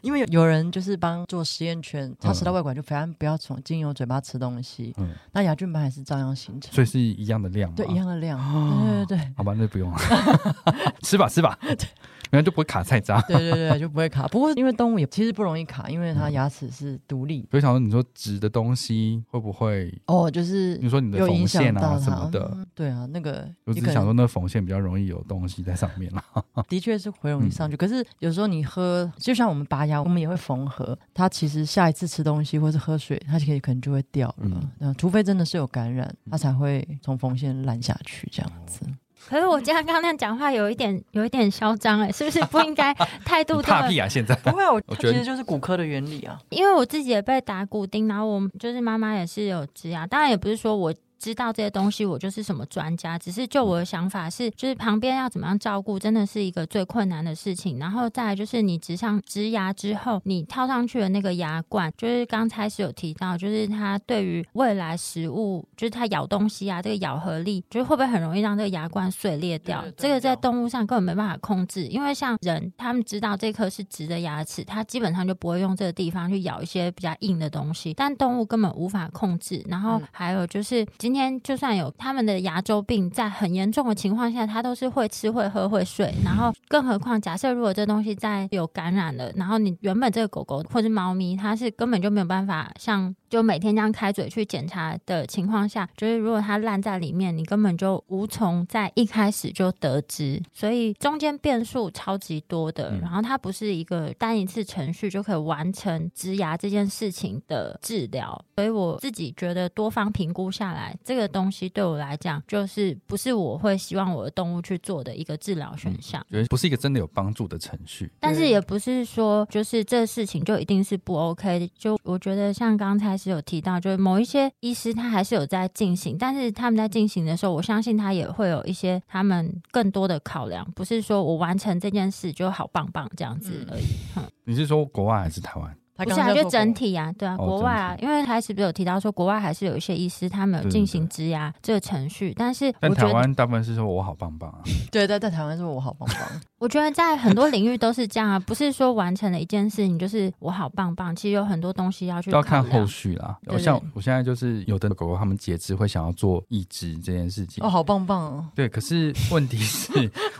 [SPEAKER 3] 因为有人就是帮做实验犬，他
[SPEAKER 2] 嗯
[SPEAKER 3] 食道外管就反正不要从经由嘴巴吃东西，
[SPEAKER 2] 嗯
[SPEAKER 3] 那牙菌斑还是照样形成，
[SPEAKER 2] 所以是一样的量嘛。
[SPEAKER 3] 对一样的 量，
[SPEAKER 2] 哦
[SPEAKER 3] 对对对
[SPEAKER 2] 好吧，那不用了， 吃吧吃吧，然后就不会卡菜渣。
[SPEAKER 3] 对对对对，就不会卡。不过因为动物也其实不容易卡，因为它牙齿是独立的，
[SPEAKER 2] 所以想说，你说直的东西会不会？
[SPEAKER 3] 哦，就是
[SPEAKER 2] 你说嗯你的
[SPEAKER 3] 有
[SPEAKER 2] 缝
[SPEAKER 3] 影响
[SPEAKER 2] 线
[SPEAKER 3] 到
[SPEAKER 2] 啊
[SPEAKER 3] 它
[SPEAKER 2] 什么的，
[SPEAKER 3] 嗯对啊，那个
[SPEAKER 2] 我
[SPEAKER 3] 一
[SPEAKER 2] 只
[SPEAKER 3] 个
[SPEAKER 2] 是想说，
[SPEAKER 3] 人
[SPEAKER 2] 那缝线比较容易有东西在上面啦。
[SPEAKER 3] 的确是
[SPEAKER 2] 嗯
[SPEAKER 3] 回容易上去，可是有时候你喝，就像我们拔牙，我们也会缝合，它其实下一次吃东西或是喝水，它可以可能就会掉
[SPEAKER 2] 嗯
[SPEAKER 3] 了。那、除非真的是有感染，它才会从缝线烂下去这样子。
[SPEAKER 2] 哦
[SPEAKER 1] 可是我这样刚刚那样讲话有一点有一点嚣张哎，是不是不应该态度
[SPEAKER 2] 你
[SPEAKER 1] 这么
[SPEAKER 2] 怕屁啊！现在
[SPEAKER 3] 不会啊，我
[SPEAKER 2] 我
[SPEAKER 3] 它
[SPEAKER 2] 觉得
[SPEAKER 3] 其实就是骨科的原理啊。
[SPEAKER 1] 因为我自己也被打骨钉，然后我就是妈妈也是有植牙，当然也不是说我。知道这些东西，我就是什么专家。只是就我的想法是，就是旁边要怎么样照顾，真的是一个最困难的事情。然后再来就是你植上植牙之后，你套上去的那个牙冠，就是刚开始有提到，就是它对于未来食物，就是它咬东西啊，这个咬合力，就是会不会很容易让这个牙冠碎裂掉？
[SPEAKER 3] 对对对
[SPEAKER 1] 这个在
[SPEAKER 3] 对
[SPEAKER 1] 动物上根本没办法控制，因为像人，他们知道这颗是直的牙齿，它基本上就不会用这个地方去咬一些比较硬的东西，但动物根本无法控制。然后
[SPEAKER 3] 嗯
[SPEAKER 1] 还有就是，今天就算有他们的牙周病，在很严重的情况下，它都是会吃、会喝、会睡。然后，更何况假设如果这东西在有感染了，然后你原本这个狗狗或是猫咪，它是根本就没有办法像就每天这样开嘴去检查的情况下，就是如果它烂在里面，你根本就无从在一开始就得知，所以中间变数超级多的。
[SPEAKER 2] 嗯
[SPEAKER 1] 然后它不是一个单一次程序就可以完成植牙这件事情的治疗，所以我自己觉得多方评估下来，这个东西对我来讲，就是不是我会希望我的动物去做的一个治疗选项。
[SPEAKER 2] 觉得不是一个真的有帮助的程序。
[SPEAKER 1] 但是也不是说就是这事情就一定是不 OK 的。就我觉得像刚才是有提到，就是某一些医师他还是有在进行，但是他们在进行的时候，我相信他也会有一些他们更多的考量，不是说我完成这件事就好棒棒这样
[SPEAKER 2] 嗯
[SPEAKER 1] 子而已。
[SPEAKER 2] 你是说国外还是台湾？
[SPEAKER 3] 他
[SPEAKER 1] 不
[SPEAKER 3] 刚
[SPEAKER 1] 是
[SPEAKER 3] 刚
[SPEAKER 1] 啊，
[SPEAKER 3] 在
[SPEAKER 1] 就
[SPEAKER 3] 说
[SPEAKER 1] 整体啊，对啊，
[SPEAKER 2] 哦
[SPEAKER 1] 国外啊
[SPEAKER 2] 整，
[SPEAKER 1] 因为开始不是有提到说国外还是有一些医师他们有
[SPEAKER 2] 对对
[SPEAKER 1] 进
[SPEAKER 2] 对
[SPEAKER 1] 行植牙这个程序，但是
[SPEAKER 2] 但
[SPEAKER 1] 我觉
[SPEAKER 2] 台
[SPEAKER 1] 得
[SPEAKER 2] 湾大部分是说我好棒棒啊，
[SPEAKER 3] 对，在在台湾说我好棒棒，
[SPEAKER 1] 我觉得在很多领域都是这样啊，不是说完成了一件事情就是我好棒棒，其实有很多东西要去
[SPEAKER 2] 都要看
[SPEAKER 1] 考量
[SPEAKER 2] 后续啦。
[SPEAKER 1] 对
[SPEAKER 2] 我像我现在就是有的狗狗，它们截肢会想要做义肢这件事情
[SPEAKER 3] 哦，。好棒棒哦，
[SPEAKER 2] 对，可是问题是，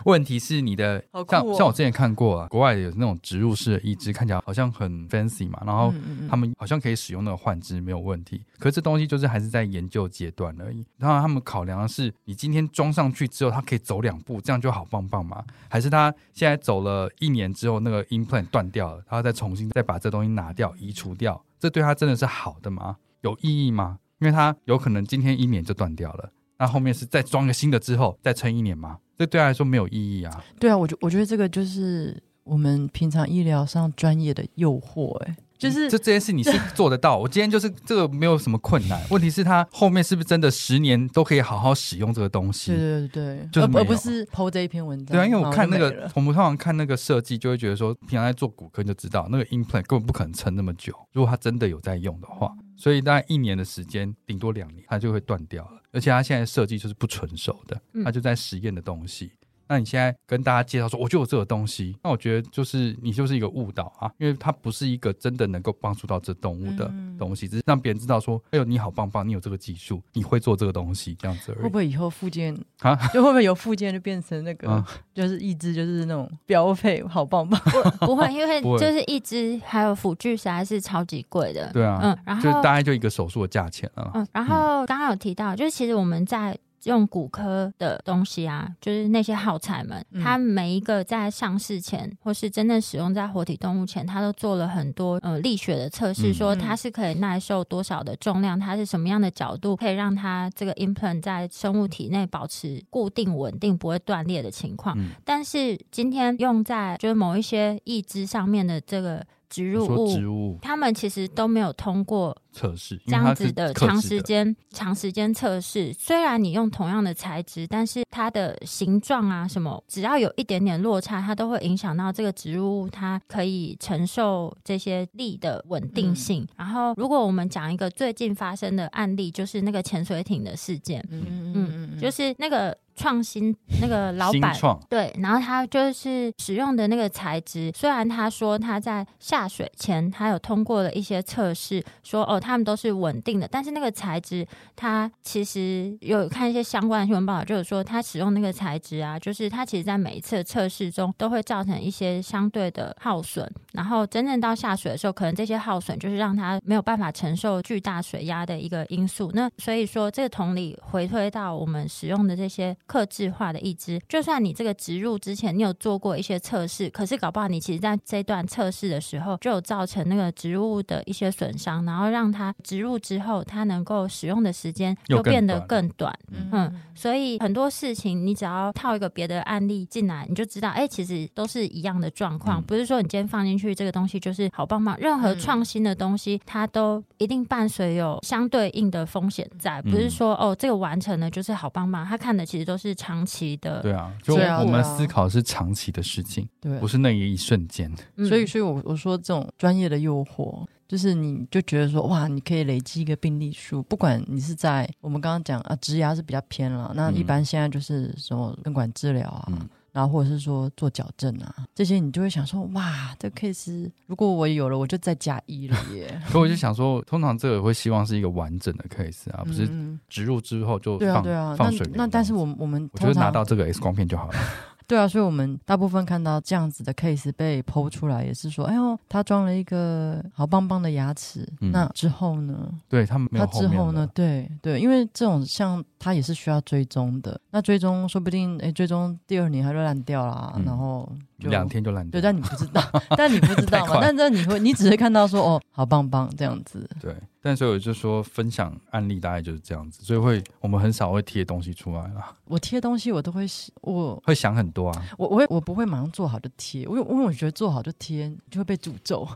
[SPEAKER 2] 问题是你的
[SPEAKER 3] 好酷
[SPEAKER 2] 像
[SPEAKER 3] 哦
[SPEAKER 2] 像我之前看过啊，国外有那种植入式的义肢，看起来好像很 fancy 嘛，然后
[SPEAKER 3] 嗯嗯
[SPEAKER 2] 他 们好像可以使用那个换肢没有问题，可是这东西就是还是在研究阶段而已。然后他们考量的是，你今天装上去之后，它可以走两步，这样就好棒棒嘛？还是他现在走了一年之后，那个 implant 断掉了，然后再重新再把这东西拿掉、移除掉，这对他真的是好的吗？有意义吗？因为他有可能今天一年就断掉了，那后面是再装个新的之后再撑一年吗？这对他来说没有意义啊。
[SPEAKER 3] 对啊，我觉我觉得这个就是我们平常医疗上专业的诱惑、哎，就是
[SPEAKER 2] 嗯这这件事你是 做得到。我今天就是这个没有什么困难，问题是他后面是不是真的十年都可以好好使用这个东
[SPEAKER 3] 对
[SPEAKER 2] 西？
[SPEAKER 3] 对对对，
[SPEAKER 2] 就是没
[SPEAKER 3] 而
[SPEAKER 2] 有
[SPEAKER 3] 而不是剖这一篇文章。
[SPEAKER 2] 对啊，因为我
[SPEAKER 3] 然后
[SPEAKER 2] 看
[SPEAKER 3] 就
[SPEAKER 2] 那
[SPEAKER 3] 没
[SPEAKER 2] 个
[SPEAKER 3] 了，
[SPEAKER 2] 我们通常看那个设计，就会觉得说，平常在做骨科就知道，那个 implant 根本不可能撑那么久。如果他真的有在用的话，所以大概一年的时间，顶多两年，它就会断掉了。而且它现在设计就是不成熟的，
[SPEAKER 1] 嗯
[SPEAKER 2] 它就在实验的东西。那你现在跟大家介绍说，我就有这个东西，那我觉得就是你就是一个误导啊，因为它不是一个真的能够帮助到这动物的
[SPEAKER 3] 嗯
[SPEAKER 2] 东西，只是让别人知道说，哎呦，你好棒棒，你有这个技术，你会做这个东西，这样子而
[SPEAKER 3] 会
[SPEAKER 2] 已
[SPEAKER 3] 不。会以后附件
[SPEAKER 2] 啊
[SPEAKER 3] 就会不会有附件就变成那个，
[SPEAKER 2] 嗯
[SPEAKER 3] 就是意志就是那种标配，好棒棒。
[SPEAKER 1] 不不会， 因为
[SPEAKER 2] 不会
[SPEAKER 1] 就是一只还有辅具实在是超级贵的。
[SPEAKER 2] 对啊，
[SPEAKER 1] 嗯，然
[SPEAKER 2] 就
[SPEAKER 1] 后
[SPEAKER 2] 大概就一个手术的价钱啊。
[SPEAKER 1] 嗯，然后刚刚有提到，就是其实我们在。用骨科的东西啊，就是那些耗材们，
[SPEAKER 3] 嗯
[SPEAKER 1] 它每一个在上市前，或是真正使用在活体动物前，它都做了很多呃力学的测试，
[SPEAKER 2] 嗯
[SPEAKER 1] 说它是可以耐受多少的重量，它是什么样的角度可以让它这个 implant 在生物体内保持固定稳定，不会断裂的情况。
[SPEAKER 2] 嗯
[SPEAKER 1] 但是今天用在就是某一些义肢上面的这个植入
[SPEAKER 2] 说
[SPEAKER 1] 物
[SPEAKER 2] 植，物
[SPEAKER 1] 他们其实都没有通过
[SPEAKER 2] 测试，
[SPEAKER 1] 这
[SPEAKER 2] 因为它
[SPEAKER 1] 样
[SPEAKER 2] 是
[SPEAKER 1] 子的
[SPEAKER 2] 克制
[SPEAKER 1] 长时间、长时间测试。虽然你用同样的材质，但是它的形状啊什么，只要有一点点落差，它都会影响到这个植物物它可以承受这些力的稳
[SPEAKER 2] 嗯
[SPEAKER 1] 定性。然后，如果我们讲一个最近发生的案例，就是那个潜水艇的事件，
[SPEAKER 3] 嗯嗯嗯
[SPEAKER 1] 就是那个创新那个老
[SPEAKER 2] 新
[SPEAKER 1] 板
[SPEAKER 2] 创，
[SPEAKER 1] 对，然后他就是使用的那个材质，虽然他说他在下水前他有通过了一些测试，说哦他们都是稳定的，但是那个材质它其实有看一些相关的新闻报道，就是说它使用那个材质啊，就是它其实在每一次的测试中都会造成一些相对的耗损，然后真正到下水的时候，可能这些耗损就是让它没有办法承受巨大水压的一个因素。那所以说，这个同理回推到我们使用的这些克制化的义肢，就算你这个植入之前你有做过一些测试，可是搞不好你其实在这段测试的时候就有造成那个植入物的一些损伤，然后让它植入之后，它能够使用的时间
[SPEAKER 2] 又
[SPEAKER 1] 就变
[SPEAKER 2] 更
[SPEAKER 1] 得
[SPEAKER 2] 短
[SPEAKER 1] 更短。嗯，所以很多事情，你只要套一个别的案例进来，你就知道，哎、其实都是一样的状况，
[SPEAKER 2] 嗯
[SPEAKER 1] 不是说你今天放进去这个东西就是好棒棒。任何
[SPEAKER 3] 嗯
[SPEAKER 1] 创新的东西，它都一定伴随有相对应的风险在，不是
[SPEAKER 2] 嗯
[SPEAKER 1] 说哦这个完成了就是好棒棒，他看的其实都是长期的。
[SPEAKER 2] 对啊，就
[SPEAKER 3] 对啊
[SPEAKER 2] 我们
[SPEAKER 3] 对啊
[SPEAKER 2] 思考是长期的事情，
[SPEAKER 3] 对啊
[SPEAKER 2] 不。是那一瞬间。
[SPEAKER 1] 嗯
[SPEAKER 3] 所以，所以我我说这种专业的诱惑，就是你就觉得说哇，你可以累积一个病例数，不管你是在我们刚刚讲啊，植牙是比较偏了，那
[SPEAKER 2] 嗯
[SPEAKER 3] 一般现在就是什么根管治疗啊。
[SPEAKER 2] 嗯
[SPEAKER 3] 然后或者是说做矫正啊，这些你就会想说，哇，这 case 如果我有了，我就再加一了耶。
[SPEAKER 2] 所以我就想说，通常这个会希望是一个完整的 case 啊，不是
[SPEAKER 3] 嗯嗯
[SPEAKER 2] 植入之后就
[SPEAKER 3] 对啊
[SPEAKER 2] 放
[SPEAKER 3] 对啊，那
[SPEAKER 2] 放水流
[SPEAKER 3] 那但是我们我们
[SPEAKER 2] 我觉得
[SPEAKER 3] 通常
[SPEAKER 2] 拿到这个 X 光片就好了。
[SPEAKER 3] 对啊，所以我们大部分看到这样子的 case 被剖出来，也是说，哎呦，他装了一个好棒棒的牙齿，
[SPEAKER 2] 嗯
[SPEAKER 3] 那之后呢？
[SPEAKER 2] 对他们没
[SPEAKER 3] 他
[SPEAKER 2] 有后
[SPEAKER 3] 之
[SPEAKER 2] 面
[SPEAKER 3] 后
[SPEAKER 2] 了
[SPEAKER 3] 呢？？对对，因为这种像他也是需要追踪的，那追踪说不定，哎，追踪第二年它就烂掉啦，
[SPEAKER 2] 嗯
[SPEAKER 3] 然后就
[SPEAKER 2] 两。天就烂掉了。
[SPEAKER 3] 对，但你不知道，但你不知
[SPEAKER 2] 太
[SPEAKER 3] 道嘛
[SPEAKER 2] 快？
[SPEAKER 3] 但这你会，你只会看到说哦，好棒棒这样子。
[SPEAKER 2] 对，但所以我就说分享案例大概就是这样子，所以会我们很少会贴东西出来啦，
[SPEAKER 3] 我贴东西我都会是我
[SPEAKER 2] 会想很多啊。
[SPEAKER 3] 我我会我不会马上做好就贴，因为因为我觉得做好就贴就会被诅 咒。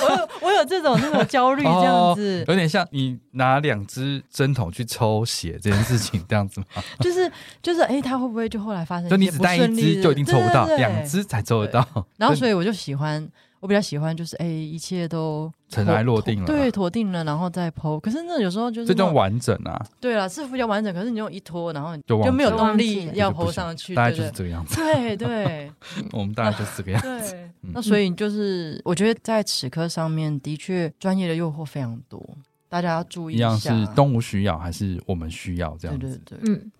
[SPEAKER 3] 我有我有这种那种焦虑这样子，
[SPEAKER 2] 有点像你拿两支针筒去抽血这件事情，这样子吗？
[SPEAKER 3] 就是就是哎、他会不会就后来发生
[SPEAKER 2] 就
[SPEAKER 3] 一
[SPEAKER 2] 你
[SPEAKER 3] 些
[SPEAKER 2] 只
[SPEAKER 3] 不
[SPEAKER 2] 带
[SPEAKER 3] 顺
[SPEAKER 2] 一
[SPEAKER 3] 利
[SPEAKER 2] 支
[SPEAKER 3] 的
[SPEAKER 2] 就已经抽不到，
[SPEAKER 3] 对对对
[SPEAKER 2] 两支才抽得到。
[SPEAKER 3] 然后
[SPEAKER 2] 就
[SPEAKER 3] 所以我就喜欢，我比较喜欢就是哎、一切都
[SPEAKER 2] 尘埃落定了
[SPEAKER 3] 妥对，妥定了，然后再剖。可是那有时候就是
[SPEAKER 2] 这
[SPEAKER 3] 那
[SPEAKER 2] 种完整啊，
[SPEAKER 3] 对了，是比较完整，可是你用一拖，然后你
[SPEAKER 2] 就忘
[SPEAKER 3] 就没有
[SPEAKER 1] 记了
[SPEAKER 3] 动力
[SPEAKER 1] 就
[SPEAKER 3] 要
[SPEAKER 2] 就不
[SPEAKER 3] 剖
[SPEAKER 2] 想
[SPEAKER 3] 上去，
[SPEAKER 2] 大概
[SPEAKER 3] 对
[SPEAKER 2] 就是
[SPEAKER 3] 对
[SPEAKER 2] 这个样子。
[SPEAKER 3] 对对
[SPEAKER 2] 我们大概就是这 个样子。
[SPEAKER 3] 对
[SPEAKER 2] 嗯。
[SPEAKER 3] 那所以就是我觉得在齿科上面的确专业的诱惑非常多，大家要注意
[SPEAKER 2] 一样
[SPEAKER 3] 下
[SPEAKER 2] 是动物需要还是我们需要这
[SPEAKER 3] 对
[SPEAKER 2] 样子？
[SPEAKER 3] 对对，
[SPEAKER 1] 嗯，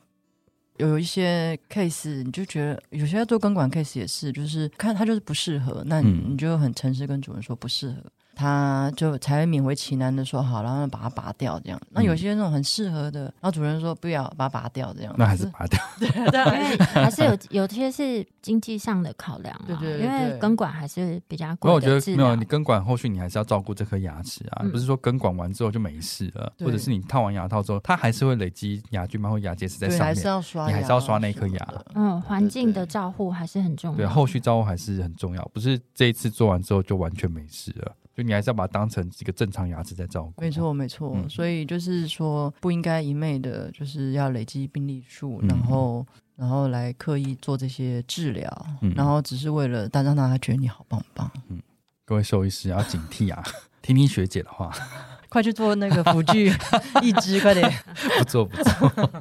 [SPEAKER 3] 有一些 case，你就觉得有些做根管 case 也是，就是看他就是不适合，那你
[SPEAKER 2] 嗯
[SPEAKER 3] 你就很诚实跟主人说不适合，他就才会勉为其难的说好，然后把它拔掉这样。
[SPEAKER 2] 嗯
[SPEAKER 3] 那有些那种很适合的，然后主人说不要，把它拔掉这样。
[SPEAKER 2] 那还是
[SPEAKER 3] 可
[SPEAKER 2] 拔掉。
[SPEAKER 3] 对
[SPEAKER 1] 因为还是有有些是经济上的考量啊，
[SPEAKER 3] 对对对
[SPEAKER 1] 因为
[SPEAKER 3] 对
[SPEAKER 1] 根管还是比较
[SPEAKER 2] 因为
[SPEAKER 1] 贵
[SPEAKER 2] 我觉
[SPEAKER 1] 的
[SPEAKER 2] 得
[SPEAKER 1] 治
[SPEAKER 2] 没有
[SPEAKER 1] 疗
[SPEAKER 2] 你。根管，后续你还是要照顾这颗牙齿啊，
[SPEAKER 1] 嗯
[SPEAKER 2] 不是说根管完之后就没事了，
[SPEAKER 3] 对
[SPEAKER 2] 或者是你套完牙套之后，它还是会累积牙菌斑或牙结石在
[SPEAKER 3] 对，
[SPEAKER 2] 上
[SPEAKER 3] 还是
[SPEAKER 2] 面。
[SPEAKER 3] 要刷牙，啊
[SPEAKER 2] 你还是要刷那颗牙
[SPEAKER 3] 什么的
[SPEAKER 1] 嗯，环境
[SPEAKER 3] 对
[SPEAKER 1] 的
[SPEAKER 3] 对
[SPEAKER 1] 照护还是很重要。
[SPEAKER 3] 啊
[SPEAKER 2] 对，后续照顾还是很重要，不是这一次做完之后就完全没事了，就你还是要把它当成一个正常牙齿在照顾。
[SPEAKER 3] 没，错，没错。
[SPEAKER 2] 嗯
[SPEAKER 3] 所以就是说，不应该一昧的，就是要累积病例数，
[SPEAKER 2] 嗯
[SPEAKER 3] 然后然后来刻意做这些治疗，
[SPEAKER 2] 嗯
[SPEAKER 3] 然后只是为了大家让大家觉得你好棒棒，
[SPEAKER 2] 各位兽医师要警惕啊， 听听学姐的话，
[SPEAKER 3] 快去做那个辅 具一只，快点
[SPEAKER 2] 不做不做。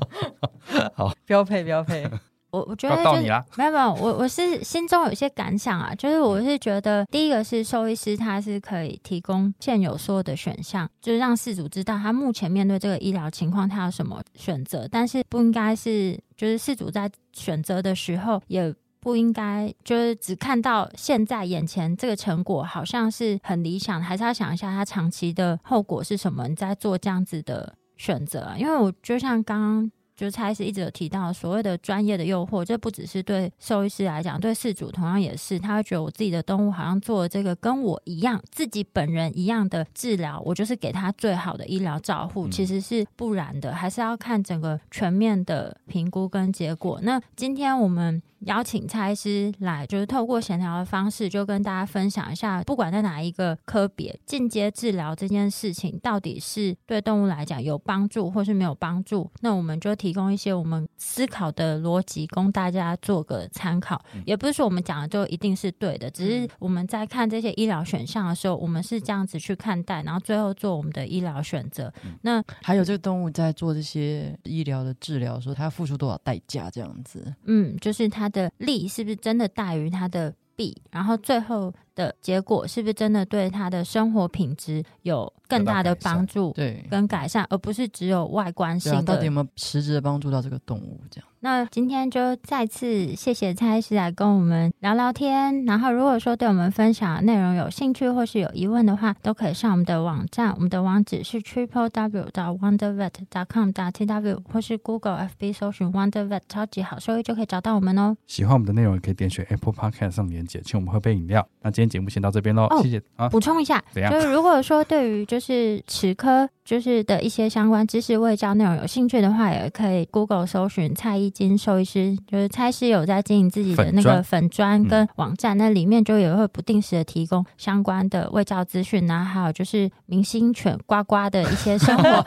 [SPEAKER 3] 标配标配。
[SPEAKER 1] 我我觉
[SPEAKER 2] 要
[SPEAKER 1] 得
[SPEAKER 2] 到
[SPEAKER 1] 就是
[SPEAKER 2] 你啦
[SPEAKER 1] 没有没有，我我是心中有一些感想啊，就是我是觉得第一个是兽医师他是可以提供现有所有的选项，就是让事主知道他目前面对这个医疗情况他有什么选择，但是不应该是就是事主在选择的时候也。不应该就是只看到现在眼前这个成果好像是很理想，还是要想一下它长期的后果是什么，你再做这样子的选择啊。因为我就像刚刚就是蔡医师一直有提到，所谓的专业的诱惑，这不只是对兽医师来讲，对饲主同样也是，他会觉得我自己的动物好像做了这个跟我一样，自己本人一样的治疗，我就是给他最好的医疗照护，
[SPEAKER 2] 嗯
[SPEAKER 1] 其实是不然的，还是要看整个全面的评估跟结果。那今天我们邀请蔡医师来，就是透过闲聊的方式，就跟大家分享一下，不管在哪一个科别，进阶治疗这件事情到底是对动物来讲有帮助，或是没有帮助。那我们就提供一些我们思考的逻辑，供大家做个参考。也不是说我们讲的就一定是对的，只是我们在看这些医疗选项的时候，我们是这样子去看待，然后最后做我们的医疗选择。那
[SPEAKER 3] 还有这个动物在做这些医疗的治疗的时候，它要付出多少代价？这样子，
[SPEAKER 1] 嗯，就是它的利是不是真的大于它的弊，然后最后的结果是不是真的对它的生活品质有更大的
[SPEAKER 2] 得到改善
[SPEAKER 1] 帮助
[SPEAKER 3] 对。
[SPEAKER 1] 跟改善，而不是只有外观
[SPEAKER 3] 对啊，
[SPEAKER 1] 性
[SPEAKER 3] 到
[SPEAKER 1] 的
[SPEAKER 3] 底有没有实质的帮助到这个动物？这样
[SPEAKER 1] 那今天就再次谢谢蔡医师来跟我们聊聊天。然后，如果说对我们分享的内容有兴趣或是有疑问的话，都可以上我们的网站，我们的网址是 triple w 到 wondervet com 到 t w 或是 Google FB 搜寻 wondervet 超级好收益就可以找到我们哦。
[SPEAKER 2] 喜欢我们的内容，也可以点选 Apple Podcast 上的连接，请我们喝杯饮料。那今天节目先到这边喽，
[SPEAKER 1] 哦
[SPEAKER 2] 谢谢啊。
[SPEAKER 1] 补充一下，
[SPEAKER 2] 怎样
[SPEAKER 1] 就是如果说对于就是齿科就是的一些相关知识卫教内容有兴趣的话，也可以 Google 搜寻蔡一金兽医师，就是蔡医师有在经营自己的那个粉嗯砖跟网站，那里面就也会不定时的提供相关的卫教资讯然后还有就是明星犬呱呱的一些生 活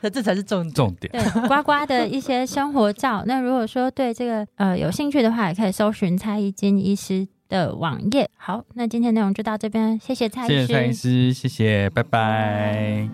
[SPEAKER 3] 那这才是重点。
[SPEAKER 2] 重点，
[SPEAKER 1] 对呱呱的一些生活照。那如果说对这个呃有兴趣的话，也可以搜寻蔡一金医师。的网页好，那今天内容就到这边，谢谢蔡医
[SPEAKER 2] 谢
[SPEAKER 1] 师，
[SPEAKER 2] 谢蔡医师，谢谢，拜拜